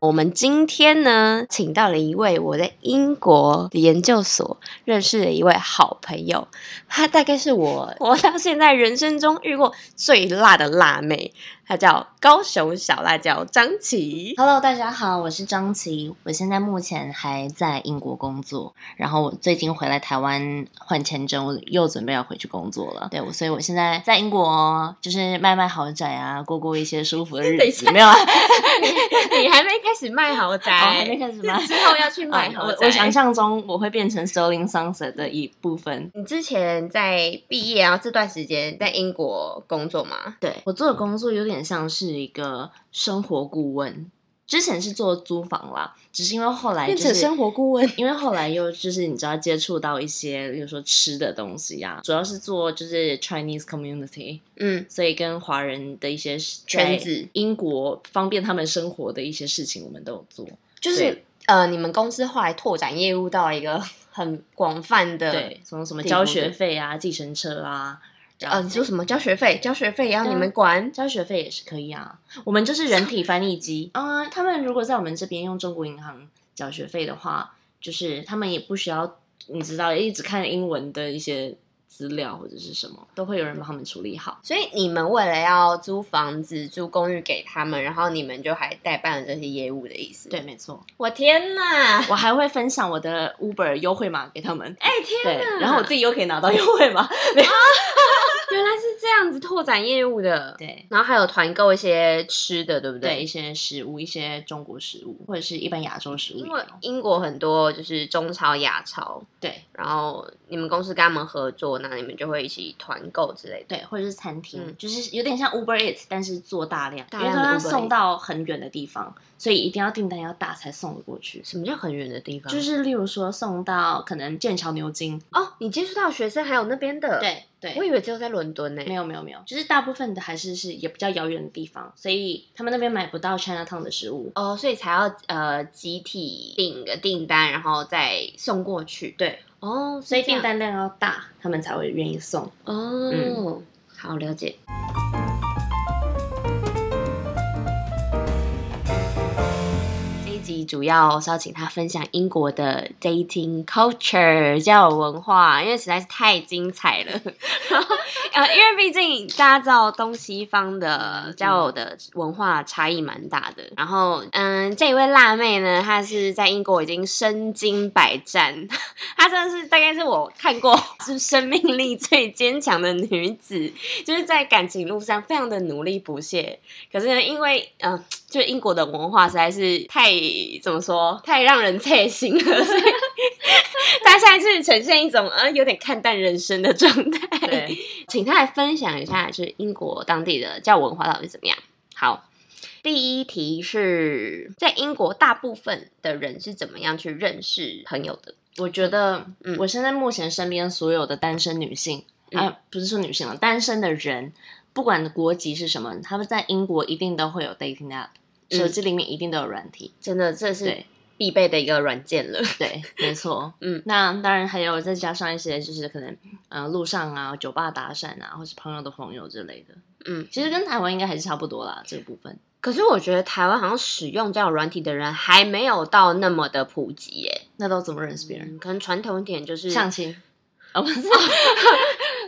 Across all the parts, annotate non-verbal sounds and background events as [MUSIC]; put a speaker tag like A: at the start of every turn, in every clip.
A: 我们今天呢，请到了一位我在英国的研究所认识的一位好朋友，她大概是我 [LAUGHS] 我到现在人生中遇过最辣的辣妹，她叫高雄小辣椒张琪。
B: Hello，大家好，我是张琪，我现在目前还在英国工作，然后我最近回来台湾换签证，我又准备要回去工作了。对，我所以我现在在英国哦就是卖卖豪宅啊，过过一些舒服的
A: 等一
B: 日
A: 下
B: 子，没有啊？
A: [LAUGHS] 你你还没开始卖豪宅，
B: 哦还没开始 [LAUGHS] 卖
A: 之后要去卖豪
B: 我
A: 宅。[LAUGHS]
B: 我想象中我会变成 Selling Sunset 的一部分。
A: 你之前在毕业，然后这段时间在英国工作吗？
B: 对我做的工作有点像是一个生活顾问，之前是做租房啦，只是因为后来、就是、
A: 活顾问，
B: 因为后来又就是你知道接触到一些，比如说吃的东西啊，主要是做就是 Chinese community，
A: 嗯，
B: 所以跟华人的一些事
A: 圈子，
B: 在英国方便他们生活的一些事情，我们都有做。
A: 就是
B: 对
A: 呃，你们公司后来拓展业务到一个 [LAUGHS] 很广泛的，
B: 对，从什么
A: 对
B: 交
A: 对
B: 学
A: 对
B: 费啊、计程车啊，这
A: 呃，
B: 样
A: 你
B: 子
A: 说什么交学费？交学费也要
B: 对啊
A: 你们管？
B: 交学费也是可以啊。我们就是人体翻译
A: [LAUGHS]
B: 机啊、呃他们如果在我们这边用中国银行缴学费的话，就是他们也不需要，你知道，一直看英文的一些资料或者是什么，都会有人帮他们处理好。
A: 所以你们为了要租房子、租公寓给他们，然后你们就还代办了这些业务的意思。
B: 对，，没错，
A: 我天 [LAUGHS] 哪！
B: 我还会分享我的 Uber 优惠码给他们。
A: 哎、天
B: 对
A: 哪！，
B: 然后我自己又可以拿到优惠码。
A: [LAUGHS] 原来是这样子拓展业务的。
B: 对
A: 然后还有团购一些吃的，对不
B: 对，
A: 对？
B: 一些食物，一些中国食物，或者是一般亚洲食物也
A: 因为
B: 有。
A: 英国很多就是中超、亚超，
B: 对
A: 然后你们公司跟他们合作，那你们就会一起团购之类的。
B: 对，或者是餐厅，
A: 嗯
B: 就是有点像 Uber Eats，但是做大量，
A: 大
B: 因为
A: 量的
B: 它要
A: Uber
B: 送
A: Eats
B: 到很远的地方，所以一定要订单要大才送得过去。
A: 什么叫很远的地方？啊
B: 就是例如说送到可能剑桥、牛津，
A: 哦，你接触到的学生还有那边的，，
B: 对
A: 我
B: 对，
A: 以为只有在伦敦呢、
B: 没有没有没有，就是大部分的还是是也比较遥远的地方，所以他们那边买不到 China Town 的食物。
A: 哦，所以才要呃集体订个订单，然后再送过去。
B: 对，
A: 哦，
B: 所以
A: 是这样
B: 订单量要大，他们才会愿意送。
A: 哦，
B: 嗯
A: 好了解。这一集主要是要请他分享英国的 dating culture 交友文化，因为实在是太精彩了。然后 [LAUGHS] 呃，因为毕竟大家知道东西方的交友的文化差异蛮大的。然后嗯，这一位辣妹呢，她是在英国已经身经百战，她真的是大概是我看过是生命力最坚强的女子，就是在感情路上非常的努力不懈。可是呢，因为嗯、呃就英国的文化实在是太怎么说，太让人菜心了，所以
B: [LAUGHS]
A: 大家现在是呈现一种呃有点看淡人生的状态。
B: 对，
A: 请他来分享一下，就是英国当地的教文化到底怎么样。好，第一题是在英国大部分的人是怎么样去认识朋友的？
B: 我觉得，
A: 嗯
B: 我现在目前身边所有的单身女性、
A: 嗯
B: 啊，不是说女性了，单身的人，不管国籍是什么，他们在英国一定都会有 dating app，、
A: 嗯
B: 手机里面一定都有软体。
A: 真的，这是
B: 对
A: 必备的一个软件
B: [LAUGHS]
A: 了。 [LAUGHS]
B: 对，没错。
A: 嗯，
B: 那当然还有再加上一些，就是可能呃路上啊、酒吧搭讪啊，或是朋友的朋友之类的。
A: 嗯，
B: 其实跟台湾应该还是差不多啦，这个部分。
A: 可是我觉得台湾好像使用交友软体的人还没有到那么的普及耶。
B: 那都怎么认识别人？
A: 嗯，可能传统一点就是
B: 相亲？哦，不是，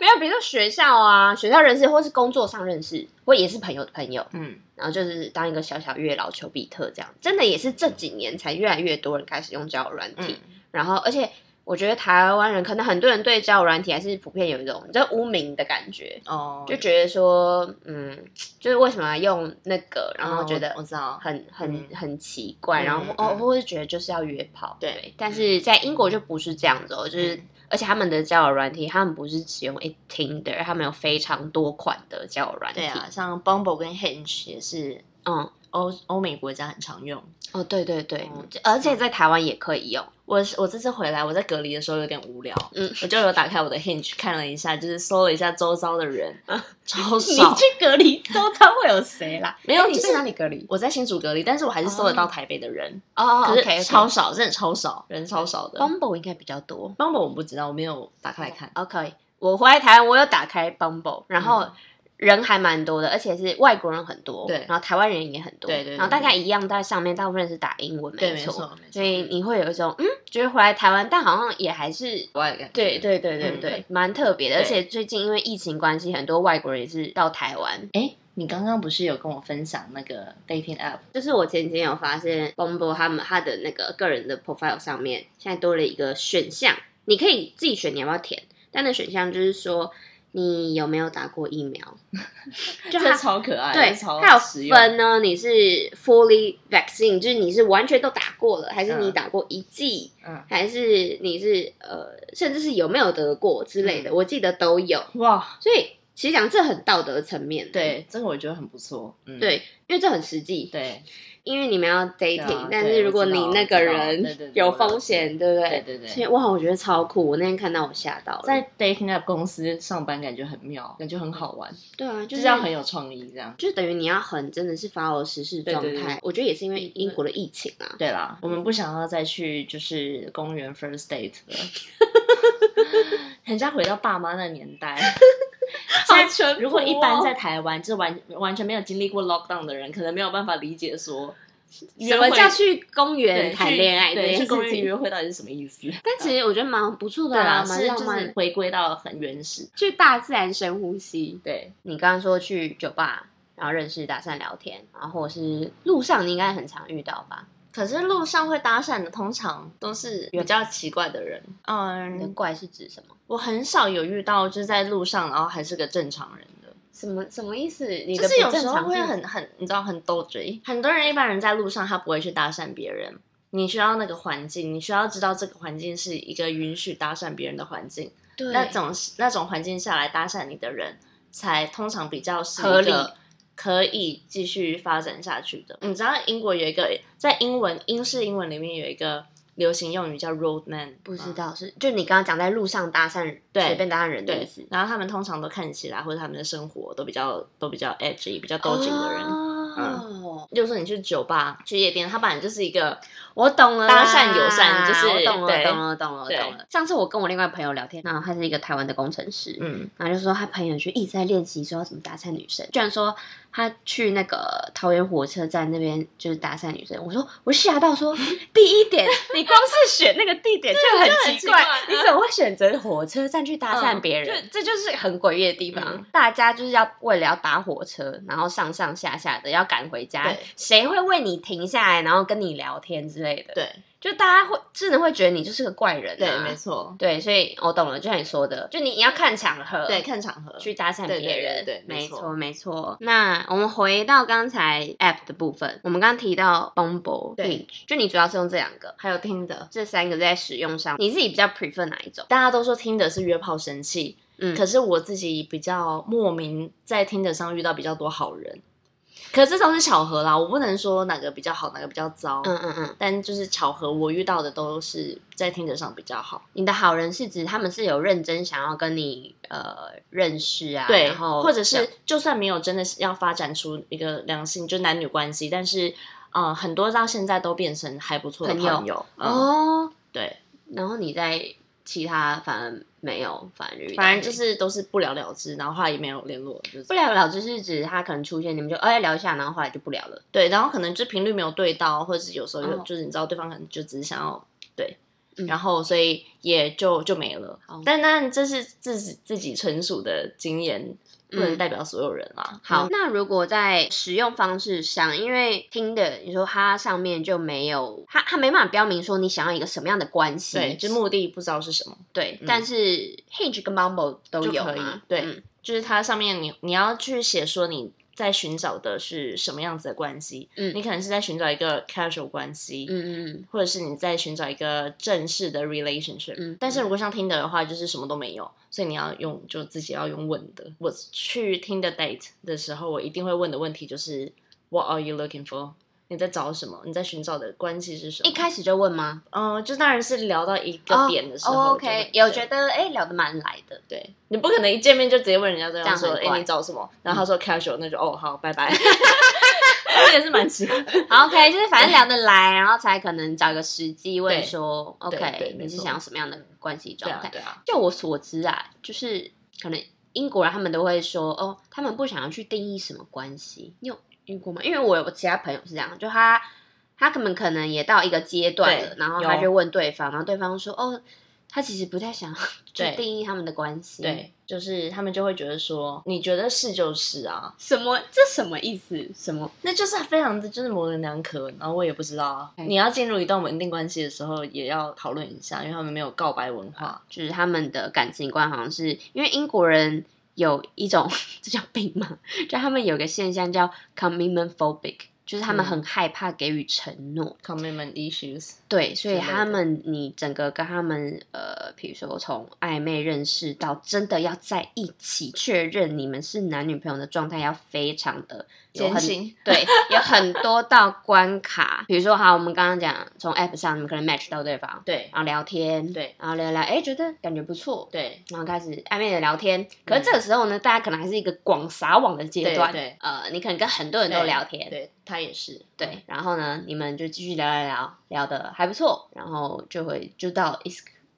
A: 没有，比如说学校啊，学校认识，或是工作上认识，或也是朋友的朋友。
B: 嗯，
A: 然后就是当一个小小月老丘比特这样，真的也是这几年才越来越多人开始用交友软体。
B: 嗯
A: 然后，而且我觉得台湾人可能很多人对交友软体还是普遍有一种这污名的感觉，
B: 哦，
A: 就觉得说，嗯，就是为什么要用那个，然后
B: 哦
A: 觉得
B: 我我知道，
A: 很很
B: 嗯
A: 很奇怪，
B: 嗯
A: 然后
B: 嗯
A: 哦，
B: 嗯
A: 或是觉得就是要约炮，
B: 对，
A: 但是在英国就不是这样子哦，就是。
B: 嗯
A: 而且他们的交友软体，他们不是只用 Tinder，他们有非常多款的交友软体。
B: 对啊，像 Bumble 跟 Hinge 也是
A: 嗯，
B: 欧欧美国家很常用。
A: 哦，对对对，
B: 嗯
A: 而且在台湾也可以用。
B: 我是我这次回来，我在隔离的时候有点无聊，
A: 嗯，
B: 我就有打开我的 Hinge 看了一下，就是搜了一下周遭的人，
A: 嗯 [LAUGHS]
B: 超
A: 你
B: 少。
A: 去隔离周遭会有谁 [LAUGHS] 啦？
B: 没有
A: 哎你
B: 就是
A: 在哪里隔离？
B: 我在新竹隔离，但是我还是搜得到台北的人，
A: 哦
B: 可
A: ，OK，
B: 是超少，真的超少，人超少的。
A: Bumble 应该比较多。
B: Bumble 我不知道，我没有打开来看。
A: OK，我回来台湾，我有打开 Bumble，然后人还蛮多的，而且是外国人很多，
B: 对
A: 然后台湾人也很多，
B: 对对对
A: 然后大家一样在上面，大部分是打英文，
B: 对，
A: 没
B: 没
A: 错，
B: 错，没错
A: 所以你会有一种嗯，觉得回来台湾，但好像也还是。
B: 国外的感觉，
A: 对对对对
B: 嗯
A: 对，蛮特别的，
B: 对
A: 而且最近因为疫情关系，很多外国人也是到台湾。
B: 哎，你刚刚不是有跟我分享那个 dating app？
A: 就是我前几天有发现 Bumble 他们他的那个个人的 profile 上面，现在多了一个选项，你可以自己选你要不要填，但那选项就是说你有没有打过疫
B: [LAUGHS]
A: 苗，就
B: 这
A: 它
B: 超可爱，
A: 对，
B: 这超
A: 它有
B: 实用
A: 分呢，你是 fully vaccine，就是你是完全都打过了，还是你
B: 嗯
A: 打过一剂，
B: 嗯
A: 还是你是呃，甚至是有没有得过之类
B: 嗯
A: 的，我记得都有。
B: 哇，
A: 所以其实讲这很道德层面，
B: 对，这个我觉得很不错，嗯，
A: 对，因为这很实际，
B: 对
A: 因为你们要 dating，、
B: 啊
A: 但
B: 对
A: 是如果
B: 我知道
A: 你
B: 我
A: 那
B: 知
A: 个
B: 道
A: 人
B: 对对对
A: 有
B: 我了
A: 风
B: 解
A: 险，对不对？
B: 对对
A: 所以
B: 对，
A: 哇，我觉得超酷！我那天看到我吓到了。
B: 在 dating app 公司上班感觉很妙，感觉很好玩，
A: 对啊，
B: 就
A: 就是
B: 是要很有创意这样。
A: 就等于你要很真的是 follow 时事状态。
B: 对对对嗯
A: 我觉得也是因为英国的疫情啊，
B: 对啦，我们不想要再去就是公园 first date 了， [LAUGHS] 人家回到爸妈那年代。 [LAUGHS] [LAUGHS] 现在
A: 淳朴哦
B: 如果一般在台湾，就是完完全没有经历过 lockdown 的人，可能没有办法理解说
A: 什么叫
B: 约会
A: 去公
B: 对
A: 园谈恋爱这
B: 对，
A: 件
B: 去公
A: 事
B: 园
A: 情？
B: 约会到底是什么意思？
A: 但其实我觉得蛮不错
B: 对啊
A: 的啦，
B: 啦，
A: 蛮
B: 啊是
A: 浪
B: 就
A: 漫的
B: 是。回归到很原始。
A: 去大自然深呼吸。
B: 对，
A: 你刚刚说去酒吧，然后认识、打算聊天，然后或者是路上，你应该很常遇到吧？
B: 可是路上会搭讪的，通常都是比较奇怪的人。
A: 你的
B: 嗯，
A: 怪是指什么？
B: 我很少有遇到就是在路上，然后还是个正常人的。
A: 什么什么意思？你
B: 就
A: 的
B: 是有
A: 不正
B: 时候
A: 常
B: 会
A: 是
B: 很很，你知道很斗嘴。很多人一般人在路上他不会去搭讪别人，你需要那个环境，你需要知道这个环境是一个允许搭讪别人的环境。
A: 对
B: 那种那种环境下来搭讪你的人，才通常比较是一
A: 合理
B: 个可以继续发展下去的。你知道英国有一个在英文英式英文里面有一个流行用语叫 road man，
A: 不知
B: 吗。
A: 道是就你刚刚讲在路上搭讪，
B: 对
A: 随便搭讪人的意
B: 对
A: 思，，
B: 然后他们通常都看起来或者他们的生活都比较都比较 edgy，比较斗紧的人。
A: 哦，
B: 就如说你去酒吧、去夜店，他本来就是一个
A: 我懂了啦，
B: 搭讪友善就是
A: 我懂了，
B: 对
A: 懂了，懂了，
B: 对
A: 懂了。上次我跟我另外朋友聊天，然后他是一个台湾的工程师，
B: 嗯，
A: 然后就说他朋友就一直在练习说要怎么搭讪女生，居然说他去那个桃园火车站那边就是搭讪女生。我说我吓到
B: [LAUGHS]
A: 说，第一点你光是选那个地点就
B: 就
A: 很
B: 很
A: 奇
B: 奇
A: 怪
B: 怪，
A: 你怎么会选择火车站去搭讪
B: 嗯
A: 别人？这就是很诡异的地方
B: 嗯。
A: 大家就是要为了要搭火车，然后上上下下的要赶回家
B: 对，
A: 谁会为你停下来然后跟你聊天之类的？
B: 对
A: 就大家会真的会觉得你就是个怪人啊。
B: 对，没错，
A: 对，所以我懂了，就像你说的，就你你要看场合，
B: 对，看场合
A: 去搭讪
B: 对
A: 别
B: 对
A: 人，
B: 对对
A: 没
B: 没
A: 错
B: 错
A: 没错。那我们回到刚才 App 的部分，我们刚刚提到 Bumble、
B: 对
A: Hinge，就你主要是用这两个，
B: 还有听的。
A: 这三个在使用上，你自己比较 prefer 哪一种？
B: 大家都说听的是约炮神器，
A: 嗯，
B: 可是我自己比较莫名在听的上遇到比较多好人，可是这都是巧合啦，我不能说哪个比较好，哪个比较糟。
A: 嗯嗯嗯，
B: 但就是巧合，我遇到的都是在听的上比较好，
A: 你的好人是指他们是有认真想要跟你呃认识啊，
B: 对，
A: 然后
B: 或者是就算没有真的是要发展出一个良性就男女关系，但是呃，很多到现在都变成还不错的
A: 朋
B: 朋
A: 友
B: 友，嗯、
A: 哦，
B: 对，
A: 然后你在其他反而没有，反正
B: 反正就是都是不了了之，然后后来也没有联络，就是
A: 不了了之，是指他可能出现，你们就哎聊一下，然后后来就不聊了。
B: 对，然后可能就频率没有对到，或者是有时候有、
A: 哦
B: 就是你知道对方可能就只是想要对，
A: 嗯
B: 然后所以也就就没了。
A: 哦
B: 但但这是自己自己纯属的经验，不
A: 嗯
B: 能代表所有人啦。
A: 好，
B: 嗯，
A: 那如果在使用方式上，因为听的你说它上面就没有，它它没办法标明说你想要一个什么样的关系，
B: 对，就目的不知道是什么，
A: 对
B: 嗯
A: 但是 Hinge 跟 Bumble 都有
B: 就可以
A: 嘛
B: 对
A: 嗯
B: 就是它上面你你要去写说你在寻找的是什么样子的关系，
A: 嗯
B: 你可能是在寻找一个 casual 关系，
A: 嗯嗯
B: 或者是你在寻找一个正式的 relationship，、
A: 嗯
B: 但是如果像听的的话，就是什么都没有，所以你要用就自己要用问的。我去听的 date 的时候，我一定会问的问题就是 What are you looking for？你在找什么？你在寻找的关系是什么？
A: 一开始就问吗？
B: 嗯、就当然是聊到一个点的时
A: 哦、
B: 候、就会
A: OK，有
B: 对
A: 觉得哎、聊得蛮来 [LAUGHS] 的，
B: 对你不可能一见面就直接问人家这样
A: 这
B: 说，
A: 样很怪嗯
B: 哎，你找什么？然后他说 casual，那就哦好，拜
A: [LAUGHS]
B: 拜。这也是蛮奇怪的，
A: 好 OK，就是反正聊得来，然后才可能找一个时机问
B: 对
A: 说
B: 对对
A: OK，
B: 没
A: 你是
B: 错
A: 想要什么样的关系
B: 对
A: [LAUGHS] 状
B: 啊
A: 态？
B: 对啊，
A: 就我所知啊，就是可能英国人他们都会说哦，他们不想要去定义什么关系。你有遇过吗？因为我有其他朋友是这样，就他他根本可能也到一个阶段了，
B: 对
A: 然后他
B: 有
A: 就问对方，然后对方说哦，他其实不太想去
B: 对
A: 定义他们的关系。，
B: 对，就是他们就会觉得说，你觉得是就是啊，
A: 什么这什么意思？什么？
B: 那就是非常的就是模棱两可，然后我也不知道啊。
A: 嗯
B: 你要进入一段稳定关系的时候，也要讨论一下，因为他们没有告白文化。
A: 就是他们的感情观好像是因为英国人有一种 [LAUGHS] 这叫病吗？就他们有个现象叫 commitment phobic，就是他们
B: 嗯
A: 很害怕给予承诺。
B: Commitment issues，
A: 对，所以
B: 之类的
A: 他们你整个跟他们呃，比如说从暧昧认识到真的要在一起确认你们是男女朋友的状态，要非常的有
B: 艰
A: 很
B: 辛
A: 对，有很多道关卡。比如说，好，我们刚刚讲从 app 上你们可能 match 到对方，
B: 对
A: 然后聊天，
B: 对，
A: 然后聊聊，哎，觉得感觉不错，
B: 对
A: 然后开始暧昧的聊天。可是这个时候呢，大家可能还是一个广撒网的阶
B: 嗯对
A: 段，
B: 对
A: 呃，你可能跟很多人都
B: 对
A: 聊天，
B: 对，他也是
A: 对，然后呢，你们就继续聊聊聊，聊的还不错，然后就会就到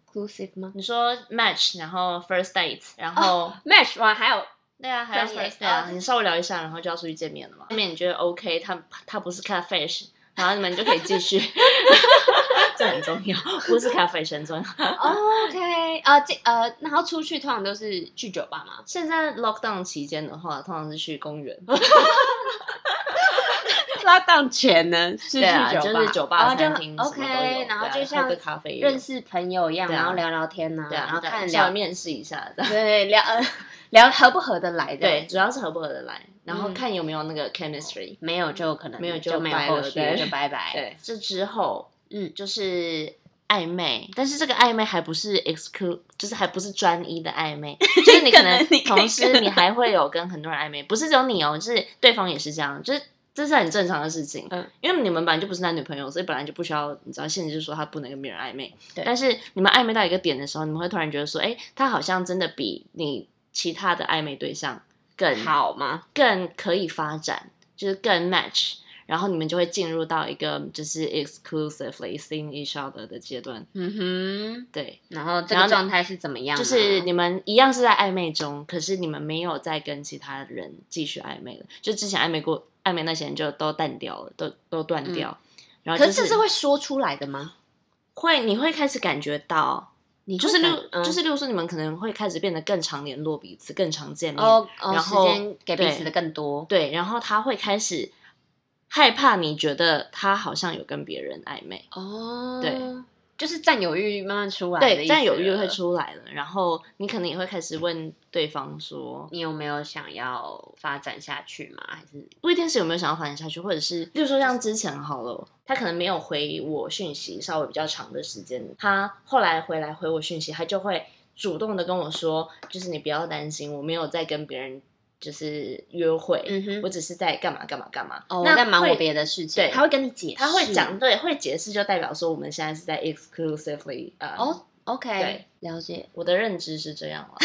A: exclusive 吗
B: 你说 match，然后 first date，然后、
A: ？match 完还有
B: 对 [LAUGHS] 啊，还有
A: first
B: 哦 first
A: date，
B: date 啊
A: 哦，
B: 你稍微聊一下，然后就要出去见面了嘛。见面你觉得 OK，他他不是 catfish，然后你们就可以继续。 [LAUGHS] 这很重要，不是 catfish 很重要。
A: OK 呃这呃，然后出去通常都是去酒吧嘛，
B: 现在 lockdown 期间的话，通常是去公园。
A: [LAUGHS] 拉档前呢是去
B: 对啊，
A: 酒吧，
B: 就是酒吧、
A: 然后就
B: 餐厅什么都有
A: OK，然后
B: 对
A: 就
B: 啊
A: 像
B: 喝个咖啡也有，
A: 认识朋友一样，
B: 对啊
A: 然后聊聊天呐、
B: 对啊，
A: 然后看
B: 下
A: 聊
B: 面试一下的。
A: 对聊呃聊合不合得来的，
B: 对，，主要是合不合得来，然后
A: 嗯
B: 看有没有那个 chemistry。
A: 没有就可能
B: 没有就
A: 就没有
B: 掰
A: 后
B: 了
A: 续
B: 对
A: 就拜拜，
B: 对，这之后
A: 嗯
B: 就是暧昧，但是这个暧昧还不是 exclu，就是还不是专一的暧昧，
A: [LAUGHS]
B: 就是你可能
A: 你可以
B: 同
A: [LAUGHS]
B: 时你还会有跟很多人暧昧，不是只有你哦，就是对方也是这样，就是。这是很正常的事情，
A: 嗯
B: 因为你们本来就不是男女朋友，所以本来就不需要，你知道限制就是说他不能跟别人暧昧。
A: 对
B: 但是你们暧昧到一个点的时候，你们会突然觉得说，哎，他好像真的比你其他的暧昧对象更
A: 好吗？
B: 更可以发展，就是更 match，然后你们就会进入到一个就是 exclusively seeing each other 的阶段。
A: 嗯哼。
B: 对，
A: 然后这个
B: 然后
A: 状态是怎么样啊？
B: 就是你们一样是在暧昧中，可是你们没有再跟其他人继续暧昧了，就之前暧昧过暧昧那些人就都淡掉了，都都断掉。然后
A: 可
B: 就是
A: 这
B: 嗯是
A: 是会说出来的吗？
B: 会，你会开始感觉到，
A: 你
B: 就
A: 会
B: 是
A: 感
B: 六，就是六说你们可能会开始变得更常联络彼此，更常见面。
A: 哦哦，
B: 然
A: 时
B: 后
A: 间给彼
B: 对
A: 此的更多。
B: 对，然后他会开始害怕你觉得他好像有跟别人暧昧，
A: 哦
B: 对，
A: 就是占有欲慢慢出来。
B: 对，占有欲会。出来了，然后你可能也会开始问对方说，
A: 你有没有想要发展下去吗？还是
B: 不一定是有没有想要发展下去，或者是，例如说像之前好了，他可能没有回我讯息，稍微比较长的时间，他后来回来回我讯息，他就会主动的跟我说，就是你不要担心，我没有在跟别人就是约会，
A: 嗯哼，
B: 我只是在干嘛干嘛干嘛，
A: 哦，我
B: 那
A: 在忙我
B: 会
A: 别的事情。
B: 对
A: 他会跟你解释，
B: 他会讲对，会解释就代表说我们现在是在 exclusively 呃，
A: 哦，OK，
B: 对
A: 了解。
B: 我的认知是这样 [LAUGHS] 了。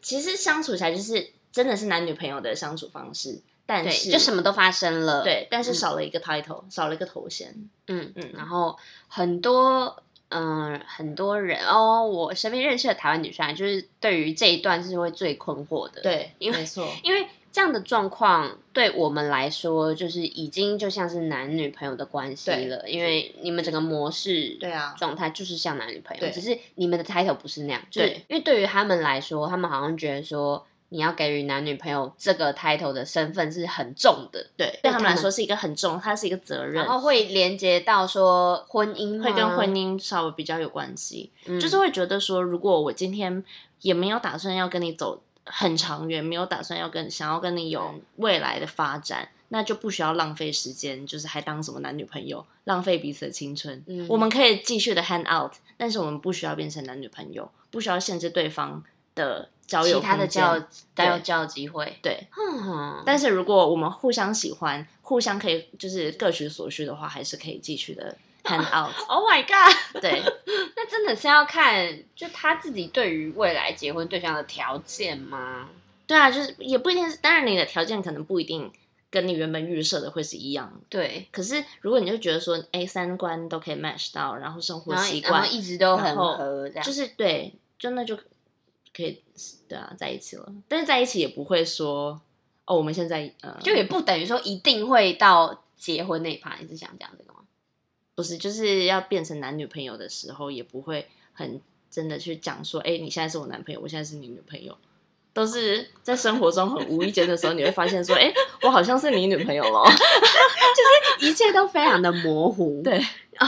B: 其实相处起来就是真的是男女朋友的相处方式，但
A: 对，
B: 是
A: 就什么都发生了。，
B: 对，但是
A: 嗯
B: 少了一个 title，、少了一个头衔。
A: 嗯嗯
B: 嗯。
A: 然后很多。嗯，很多人哦，我身边认识的台湾女生啊，就是对于这一段是会最困惑的。
B: 对，
A: 因为
B: 没错，
A: 因为这样的状况对我们来说，就是已经就像是男女朋友的关系了，因为你们整个模式
B: 对啊，
A: 状态就是像男女朋友，
B: 对
A: 只是你们的 title 不是那样，就是
B: 对
A: 因为对于他们来说，他们好像觉得说你要给予男女朋友这个 title 的身份是很重的，
B: 对，对他
A: 他
B: 们来
A: 们
B: 说是一个很重，它是一个责任
A: 然，后会连接到说婚姻吗，
B: 会跟婚姻稍微比较有关系。
A: 嗯
B: 就是会觉得说，如果我今天也没有打算要跟你走很长远，没有打算要跟想要跟你有未来的发展，那就不需要浪费时间，就是还当什么男女朋友，浪费彼此的青春。
A: 嗯
B: 我们可以继续的 hang out，但是我们不需要变成男女朋友，不需要限制对方的交友
A: 其他的
B: 空间
A: 交交
B: 对
A: 交机会，
B: 对。
A: 嗯，
B: 但是如果我们互相喜欢，互相可以就是各取所需的话，还是可以继续 [LAUGHS] 的 hang out。
A: Oh my god！
B: 对，
A: 那真的是要看，就他自己对于未来结婚对象的条件吗？
B: 对啊，就是也不一定是，当然你的条件可能不一定跟你原本预设的会是一样的。
A: 对，
B: 可是如果你就觉得说，哎，三观都可以 match 到，然后生活
A: 然后
B: 习
A: 然后
B: 惯
A: 一直都很
B: 然后
A: 合，这样
B: 就是对，就那就可以对啊在一起了，但是在一起也不会说哦，我们现在呃
A: 就也不等于说一定会到结婚那一趴。你是想讲这个吗？
B: 不是就是要变成男女朋友的时候，也不会很真的去讲说，哎、你现在是我男朋友，我现在是你女朋友。都是在生活中很无意间的时候，你会发现说，哎、我好像是你女朋
A: [LAUGHS]
B: 友了。
A: [LAUGHS] 一切都非常的模糊。
B: 对，
A: [LAUGHS]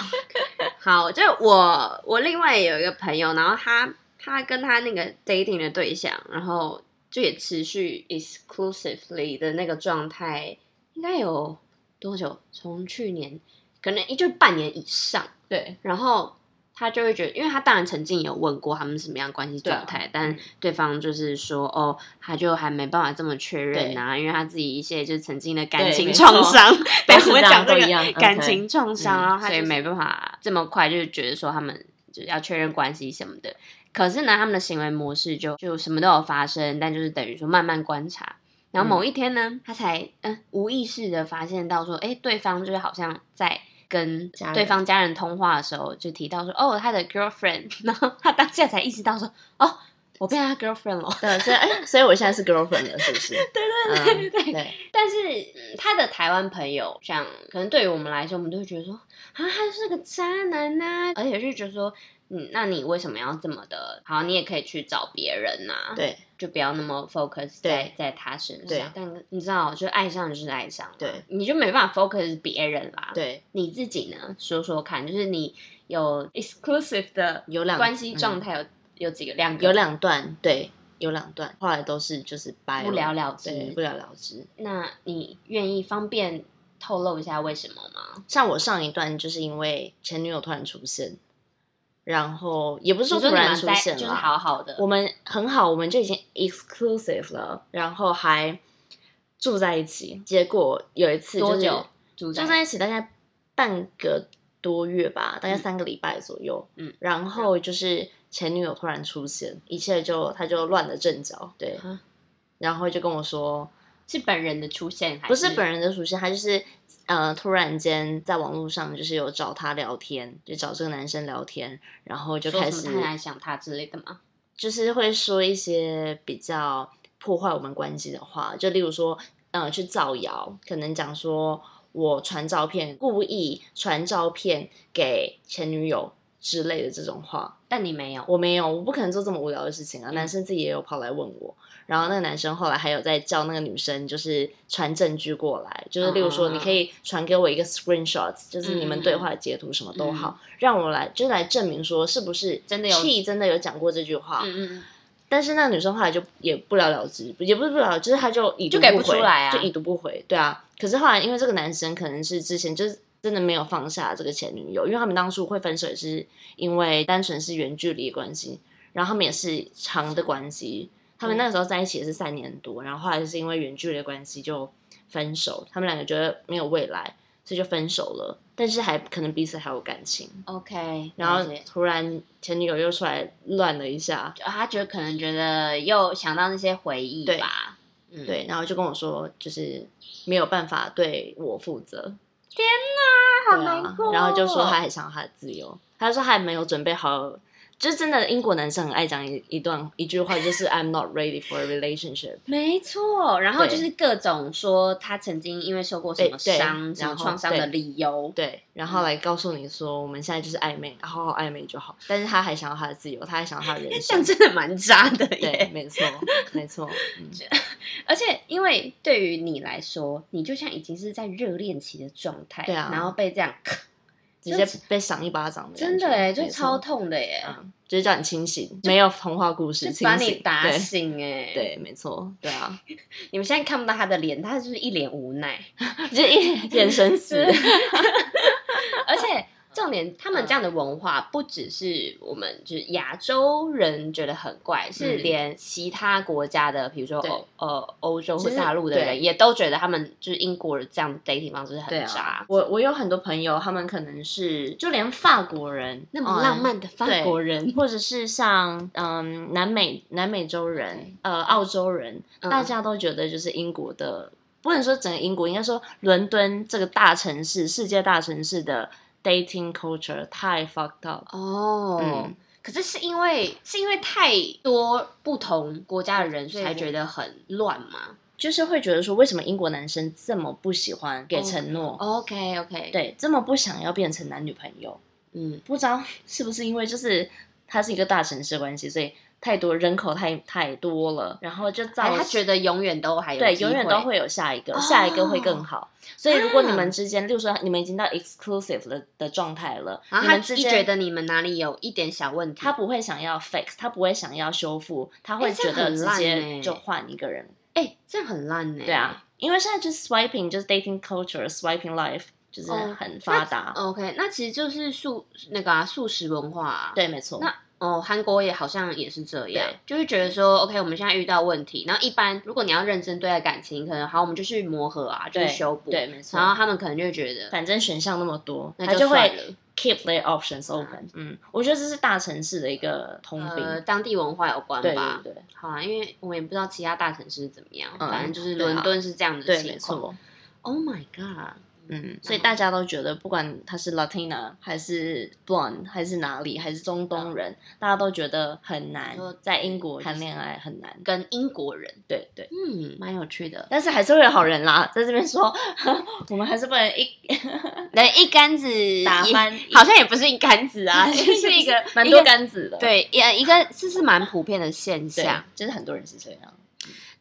A: 好，就我我另外有一个朋友，然后他他跟他那个 dating 的对象，然后就也持续 exclusively 的那个状态，应该有多久？从去年可能也就半年以上，
B: 对，
A: 然后。他就会觉得，因为他当然曾经有问过他们什么样的关系
B: 啊
A: 状态，
B: 嗯
A: 但对方就是说，哦，他就还没办法这么确认啊，因为他自己一些就是曾经的感
B: 对
A: 情
B: 没
A: 创
B: 错
A: 伤，
B: 都
A: [LAUGHS] 对，
B: 是
A: 我们
B: 这样
A: 讲
B: 都
A: 这
B: 一样
A: 个
B: OK
A: 感情创伤，
B: 嗯
A: 然后他
B: 所以
A: 就是
B: 没
A: 办法这么快就觉得说他们就要确认关系什么的。可是呢，他们的行为模式就就什么都有发生，但就是等于说慢慢观察。然
B: 嗯
A: 后某一天呢，他才嗯、无意识的发现到说，哎，对方就是好像在跟
B: 家人
A: 对方家人通话的时候就提到说，哦，他的 girlfriend，然 [LAUGHS] 后他当下才意识到说，哦，我变他 girlfriend 了。
B: 对，所以哎、所以我现在是 girlfriend 了，是不是？
A: [LAUGHS]
B: 对
A: 对对对
B: 对
A: 但是、嗯他的台湾朋友，像可能对于我们来说，我们都会觉得说啊，他是个渣男呐、而且是觉得说，嗯，那你为什么要这么的？好，你也可以去找别人呐、
B: 对
A: 就不要那么 focus
B: 对
A: 在在他身
B: 对
A: 上。但你知道，就爱上就是爱上嘛，
B: 对
A: 你就没办法 focus 别人啦。，
B: 对，
A: 你自己呢，说说看，就是你有 exclusive 的
B: 有两
A: 关系状
B: 嗯
A: 态有、有几个两个
B: 有两段，对，有两段，后来都是就是掰
A: 不了了之
B: 对，不了了之。
A: 那你愿意方便透露一下为什么吗？
B: 像我上一段就是因为前女友突然出现，然后也不是
A: 你说
B: 说突
A: 你
B: 然
A: 们
B: 出
A: 在
B: 现
A: 就是
B: 啦
A: 好好的，
B: 我们很好，我们就已经 exclusive 了，然后还住在一起。结果有一次、就是、
A: 多久住
B: 住在一起大概半个多月吧，大概
A: 嗯
B: 三个礼拜左右。
A: 嗯，
B: 然后就是前女友突然出现，一切就他就乱了阵脚，对
A: 啊，
B: 然后就跟我说，
A: 是本人的出现还
B: 不是本
A: 人？
B: 人的属性，他就是呃，突然间在网络上就是有找他聊天，就找这个男生聊天，然后就
A: 说
B: 开
A: 什
B: 始
A: 么太爱想他之类的吗？
B: 就是会说一些比较破坏我们关系的话，就例如说，呃，去造谣，可能讲说我传照片，故意传照片给前女友之类的这种话，
A: 但你没有，
B: 我没有，我不可能做这么无聊的事情啊。
A: 嗯
B: 男生自己也有跑来问我，然后那个男生后来还有在叫那个女生，就是传证据过来，就是例如说，
A: 嗯
B: 你可以传给我一个 screenshot，就是你
A: 嗯嗯
B: 们
A: 嗯
B: 对话的截图什么都好，让我来就是来证明说是不是
A: 真的有
B: Chi 真的有讲过这句话。
A: 嗯嗯，
B: 但是那个女生后来就也不了了之，也不是不了了之，就是她就已读
A: 就给
B: 不
A: 不出
B: 回
A: 来啊
B: 就已读不回，对啊。可是后来因为这个男生可能是之前就是真的没有放下这个前女友，因为他们当初会分手也是因为单纯是远距离的关系，然后他们也是长的关系，他们那个时候在一起也是三年多，然后后来就是因为远距离的关系就分手，他们两个觉得没有未来，所以就分手了，但是还可能彼此还有感情。
A: OK，
B: 然后
A: 了解
B: 突然前女友又出来乱了一下，
A: 就他觉得可能觉得又想到那些回忆
B: 对
A: 吧。嗯，
B: 对，然后就跟我说，就是没有办法对我负责，
A: 啊，好
B: 对
A: 难
B: 啊
A: 过。，哦
B: 然后就说他还想要他的自由，他说他还没有准备好，就是真的英国男生很爱讲一一段一句话，就是 I'm not ready for a relationship，
A: 没错，然后
B: 对
A: 就是各种说他曾经因为受过什么
B: 对对
A: 伤、什么
B: 然后
A: 创伤的
B: 对
A: 理由，
B: 对，
A: 嗯
B: 然后来告诉你说我们现在就是暧昧，好好暧昧就好，但是他还想要他的自由，他还想要他的人
A: 这样
B: 生，
A: 真的蛮渣的
B: 对，
A: 耶。
B: 没错，没错，嗯
A: 而且，因为对于你来说，你就像已经是在热恋期的状态，
B: 对啊
A: 然后被这样，
B: 直接被赏一巴掌的感觉，
A: 真的哎，就
B: 没错
A: 超，痛的耶，
B: 嗯，就是叫你清醒，没有童话故事，
A: 就
B: 清
A: 把你
B: 醒，
A: 打
B: 对
A: 醒哎。，
B: 对，没错，对啊。
A: 你们现在看不到他的脸，他就是一脸无 [LAUGHS] 奈，
B: 就一眼神死。 [LAUGHS]
A: 而且。重点，他们这样的文化不只是我们就是亚洲人觉得很怪，是连其他国家的，比如说
B: 对
A: 欧呃欧洲或
B: 其实
A: 大陆的
B: 对
A: 人，也都觉得他们就是英国人这样的 dating 方式
B: 对
A: 很
B: 啊
A: 渣，。
B: 我我有很多朋友，他们可能是就连法国人
A: 那么浪、漫的法
B: 对
A: 国人
B: 嗯，或者是像嗯南美南美洲人、呃澳洲人，
A: 嗯
B: 大家都觉得就是英国的，不能说整个英国，应该说伦敦这个大城市，世界大城市的 dating culture 太 fucked up。
A: 哦，
B: 嗯
A: 可是是因为是因为太多不同国家的人，所以才
B: 对
A: 觉得很乱嘛。
B: 就是会觉得说，为什么英国男生这么不喜欢给承诺
A: OK OK，，
B: 对，这么不想要变成男女朋友？
A: 嗯，
B: 不知道 [LAUGHS] 是不是因为就是它是一个大城市的关系，所以太多人口太太多了，然后就
A: 还
B: 造
A: 是哎他觉
B: 得
A: 得永远都还有
B: 对，
A: 机哦
B: 永远都会有下一个，下一个会更好。所以如果你
A: 啊
B: 们之间，例如说你们已经到 exclusive 的的状态了，
A: 然后
B: 你
A: 啊他
B: 们之
A: 一
B: 间
A: 觉得你们哪里有一点小问题，
B: 他不会想要 fix，他不会想要修复，他会
A: 诶哎这
B: 觉
A: 样
B: 得
A: 很
B: 直
A: 烂
B: 接
A: 欸
B: 就换一个人。
A: 哎、这样很烂呢、
B: 对啊，因为现在就是 swiping，就是 dating culture swiping life，就是
A: 哦
B: 很发达。
A: ，OK，那其实就是素那个啊素食文化、啊，
B: 对，没错。
A: 那哦，韩国也好像也是这样
B: 对，
A: 就是觉得说，OK，我们现在遇到问题，然后一般如果你要认真对待感情，可能好，我们就去磨合啊，就
B: 对
A: 是修补，
B: 对，没错。
A: 然后他们可能就会觉得，
B: 反正选项那么多，
A: 那
B: 他
A: 就
B: 就
A: 算
B: 会
A: 了
B: keep their options open。嗯，我觉得这是大城市的一个通病。
A: 呃，当地文化有关
B: 对
A: 吧
B: 对。对
A: 好啊，因为我们也不知道其他大城市怎么样，
B: 嗯
A: 反正就是
B: 对啊
A: 伦敦是这样的
B: 对，
A: 情
B: 没
A: 况。
B: 错。
A: Oh my god！
B: 嗯，所以大家都觉得，不管他是 Latina 还是 Blonde 还是哪里，还是中东人，大家都觉得很难
A: 嗯说
B: 在英国谈恋爱很难。
A: 跟英国人，
B: 对对，
A: 嗯，蛮有趣 [LAUGHS] 的。
B: 但是还是会有好人
A: 嗯
B: 啦，在这边说， [LAUGHS] 我们还是不能一
A: 对，一竿子
B: 打
A: 也
B: 翻， [LAUGHS]
A: 好像也不是一竿子啊，就
B: 不
A: 是一个
B: [LAUGHS] 蛮
A: 一
B: 多
A: 个
B: 杆子的。
A: 对，也一个这是蛮普遍的现
B: 对
A: 象。，
B: 就是很多人是这样。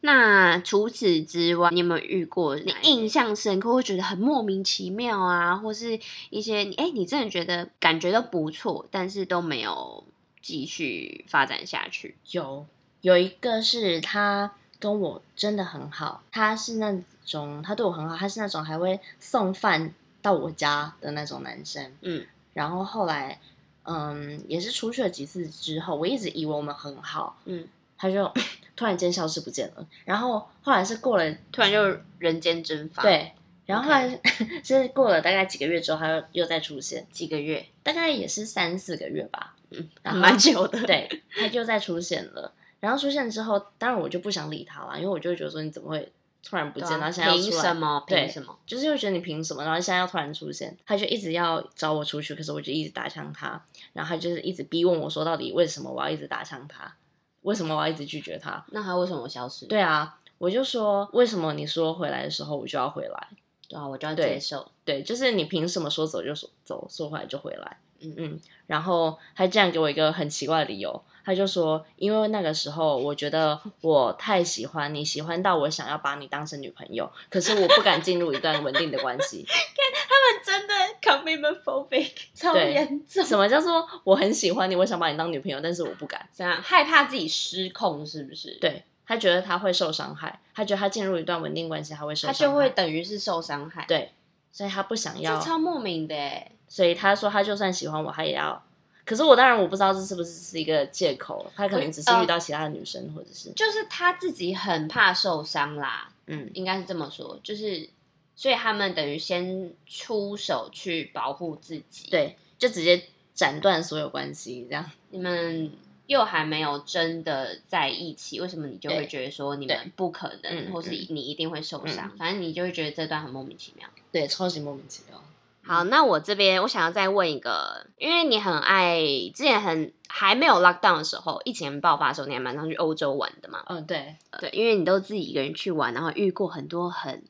A: 那除此之外，你有没有遇过你印象深刻，会觉得很莫名其妙啊，或是一些你哎、你真的觉得感觉都不错，但是都没有继续发展下去？
B: 有有一个是他跟我真的很好，他是那种他对我很好，他是那种还会送饭到我家的那种男生。
A: 嗯，
B: 然后后来，嗯，也是出去了几次之后，我一直以为我们很好，
A: 嗯，
B: 他
A: [LAUGHS]
B: 就突然间消失不见了。然后后来是过了
A: 突然就人间蒸发，，
B: 对，然后后来 [LAUGHS] 是过了大概几个月之后，他又又再出现，
A: 几个月，
B: 大概也是三四个月吧。
A: 嗯，
B: 然后
A: 蛮 [LAUGHS] 久的，，
B: 对，他就再出现了。然后出现之后，当然我就不想理他了，因为我就会觉得说你怎么会突然不见，然后现在要
A: 啊凭
B: 出
A: 什
B: 来，
A: 么？
B: 对
A: 凭什么？
B: 就是会觉得你凭什么？然后现在要突然出现，他就一直要找我出去，可是我就一直打枪他，然后他就是一直逼问我说到底为什么我要一直打枪他，为什么我要一直拒绝他？
A: 那他为什么消失？
B: 对啊，我就说为什么你说回来的时候我就要回来？
A: 对啊，我就要
B: 对
A: 接受。
B: 对，就是你凭什么说走就说走，说回来就回来？
A: 嗯
B: 嗯，然后他竟然给我一个很奇怪的理由，他就说，因为那个时候我觉得我太喜欢你，喜欢到我想要把你当成女朋友，可是我不敢进入一段稳定的关系。 [LAUGHS]
A: [LAUGHS] 真的 commitment phobic 超
B: 对
A: 严重，
B: 什么叫做我很喜欢你，我想把你当女朋友，但是我不敢？
A: 怎样害怕自己失控是不是？，
B: 对他觉得他会受伤害，他觉得他进入一段稳定关系他会受
A: 他
B: 伤害，
A: 就会等于是受伤害，
B: 对，所以他不想
A: 这
B: 要，
A: 超莫名的哎。
B: 所以他说他就算喜欢我，他也要。可是我当然我不知道这是不是是一个借口，他可能只是
A: 嗯
B: 遇到其他的女生，或者是
A: 就是他自己很怕受伤啦，
B: 嗯，
A: 应该是这么说，就是所以他们等于先出手去保护自己。，
B: 对，就直接斩断所有关系这样。 [LAUGHS]
A: 你们又还没有真的在一起，为什么你就会
B: 对
A: 觉得说你
B: 对
A: 们不可
B: 嗯
A: 能，或是你一定会受伤？反正你就会觉得这段很莫名其妙。
B: 对，超级莫名其妙。
A: 好，那我这边我想要再问一个，因为你很爱之前很还没有 lockdown 的时候，疫情爆发的时候，你还蛮常去欧洲玩的嘛？
B: 嗯，对，
A: 对，因为你都自己一个人去玩，然后遇过很多很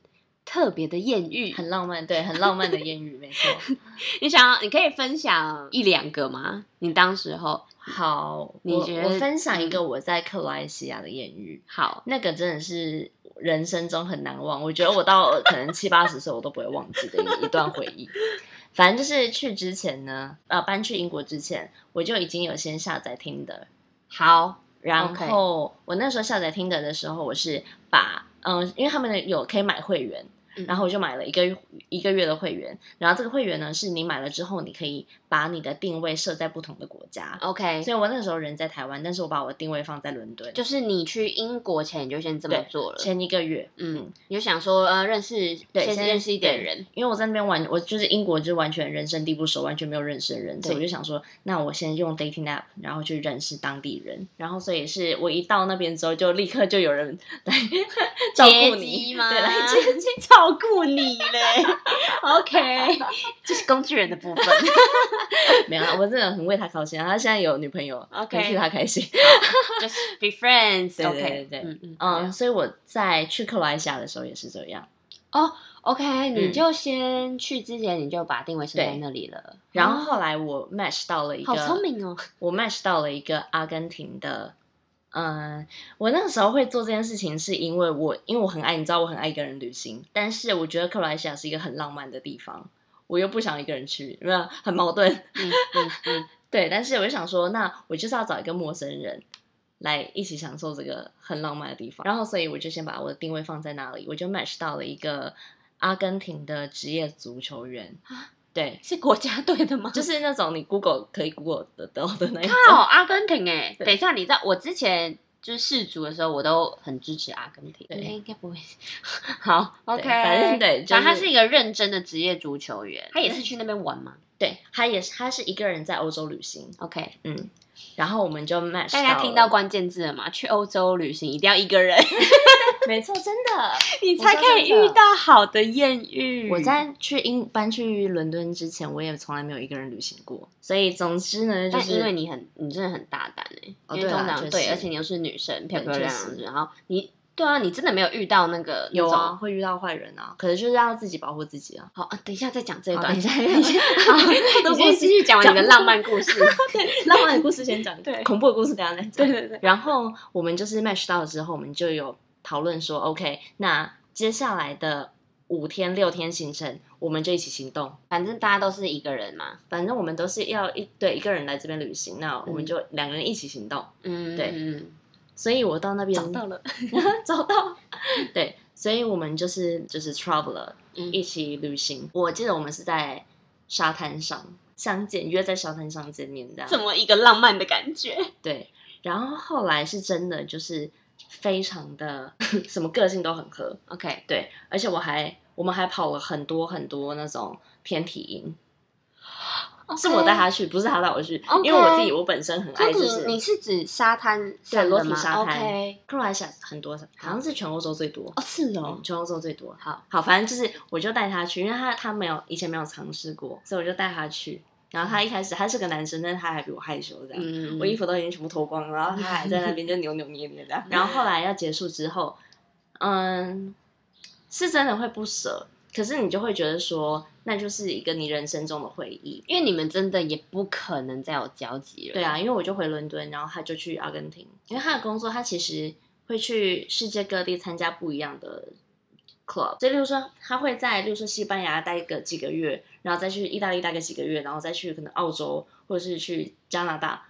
A: 特别的艳遇，
B: 很浪漫，对，很浪漫的艳遇，
A: [LAUGHS]
B: 没错。
A: 你想要你可以分享一两个吗？你当时候
B: 好，
A: 你
B: 我
A: 觉
B: 我
A: 得
B: 分享一
A: 嗯
B: 个我在克罗埃西亚的艳遇，
A: 好，
B: 那个真的是人生中很难忘，我觉得我到可能七八十岁我都不会忘记的一一段回忆。反正就是去之前呢，呃，搬去英国之前，我就已经有先下载 Tinder，
A: 好，
B: 然
A: OK
B: 后我那时候下载 Tinder 的时候，我是把嗯、因为他们的有可以买会员，
A: 嗯
B: 然后我就买了一个一个月的会员。然后这个会员呢，是你买了之后，你可以把你的定位设在不同的国家。
A: ，OK，
B: 所以我那时候人在台湾，但是我把我的定位放在伦敦，
A: 就是你去英国前你就先这么
B: 对
A: 做了，
B: 前一个月。
A: 嗯，你就想说呃认识，
B: 对
A: 先
B: 先
A: 认识一点
B: 对
A: 人，
B: 因为我在那边完，我就是英国，就是完全人生地不熟，完全没有认识的人，所以我就想说，那我先用 dating app，然后去认识当地人，然后所以是
A: [LAUGHS]
B: 我一到那边之后，就立刻就有人来照顾
A: 接
B: 你
A: 机吗 [LAUGHS]
B: 对，来接机，
A: 超
B: 照顾你嘞。OK，
A: [LAUGHS] 这是工具人的部分。
B: 没有啊，我真的很为他高兴啊。他现在有女朋友
A: OK
B: 很替他开心。
A: 就是 be friends，
B: 对
A: OK，
B: 对对对
A: 嗯嗯
B: 嗯，所以我在去克罗埃西亚的时候也是这
A: 啊
B: 样。
A: ，OK，
B: 嗯
A: 你就先去之前你就把定位设在
B: 对
A: 那里了，
B: 然后后来我 match 到了一
A: 嗯
B: 个，
A: 好聪明哦，
B: 我 match 到了一个阿根廷的，嗯，我那个时候会做这件事情，是因为我因为我很爱，你知道我很爱一个人旅行，但是我觉得克罗埃西亚是一个很浪漫的地方，我又不想一个人去，有没有很矛盾？
A: 嗯嗯嗯，
B: 对，但是我就想说，那我就是要找一个陌生人来一起享受这个很浪漫的地方。然后，所以我就先把我的定位放在那里，我就 match 到了一个阿根廷的职业足球员 [GASPS]
A: 啊，
B: 对，
A: [LAUGHS] 是国家队
B: [LAUGHS]
A: 的吗？
B: 就是那种你 Google 可以 Google 得到的那一
A: 靠，
B: 种。
A: 阿根廷哎、
B: 对
A: 等一下，你在我之前就是世足的时候，我都很支持阿根廷。
B: 对
A: 应该
B: [LAUGHS]
A: 不会。好，OK，
B: 反正对就是
A: 反正他是一个认真的职业足球员，他也是去那边玩嘛。
B: 对，他也是，他是一个人在欧洲旅行，
A: OK，
B: 嗯，然后我们就 match
A: 大家
B: 了
A: 听到 [LAUGHS] 关键字了吗？去欧洲旅行一定要一个
B: [LAUGHS]
A: 人，
B: 没错，真的。
A: 你才可以遇到好的艳遇。
B: 我在去英搬去伦敦之前，我也从来没有一个人旅行过，所以总之呢，就
A: 但
B: 是
A: 因为你很，你真的很大胆哎、
B: 哦
A: 因为
B: 对啦
A: 通常
B: 确实
A: 而且你又是女生，漂漂亮亮
B: 确
A: 的，然后你对啊，你真的没有遇到那个
B: 有
A: 那种
B: 啊，会遇到坏人啊，可是就是要自己保护
A: [LAUGHS]
B: 自己啊。
A: 好、啊，等一下再讲这一
B: 好
A: 段。
B: 等一
A: [LAUGHS]
B: 下
A: 等一下，好
B: 都
A: 你先
B: 不
A: 继续讲完你
B: 讲
A: 的浪漫故
B: [LAUGHS]
A: 事。
B: 浪漫的故事先 [LAUGHS] 讲，
A: 对
B: 恐怖的故事等一下再讲。
A: 对对，
B: [LAUGHS] 然后我们就是 match 到了之后，我们就有讨论说，OK，那接下来的五天六天行程，我们就一起行动。
A: 反正大家都是一个人嘛。
B: 反正我们都是要一对一个人来这边旅行，那我们就两个人一起行动。
A: 嗯，
B: 对
A: 嗯，
B: 所以我到那边
A: 了。
B: [LAUGHS] 找到，对，所以我们就是就是 traveler
A: 嗯
B: 一起旅行。我记得我们是在沙滩上相见，约在沙滩上见面的。
A: 这么一个浪漫的感觉。
B: 对，然后后来是真的就是非常的 [LAUGHS] 什么个性都很合，
A: OK，
B: 对，而且我还我们还跑了很多很多那种天体营
A: 哦
B: 是我带他去，不是他带我去
A: OK
B: 因为我自己我本身很
A: 所
B: 爱
A: 以
B: 就
A: 你你
B: 是
A: 是指沙滩
B: 对
A: 上
B: 裸
A: 的
B: 体
A: 吗
B: 沙滩
A: OK，
B: 克罗埃西亚很多，好像是全欧洲最多
A: 哦，是
B: 嗯
A: 嗯哦，
B: 全欧洲最多。好，好，反正就是我就带他去，因为他他没有以前没有尝试过，所以我就带他去。然后他一开始他是个男生，但是他还比我害羞这样。
A: 嗯
B: 我衣服都已经全部脱光了，然后他还在那边就扭扭捏捏的。
A: [LAUGHS]
B: 然后后来要结束之后，嗯，是真的会不舍，可是你就会觉得说，那就是一个你人生中的回忆。
A: 因为你们真的也不可能再有交集了。
B: 对啊，因为我就回伦敦，然后他就去阿根廷，因为他的工作，他其实会去世界各地参加不一样的 club，所以例如说他会在，例如说西班牙待个几个月，然后再去意大利待个几个月，然后再去可能澳洲或者是去加拿大，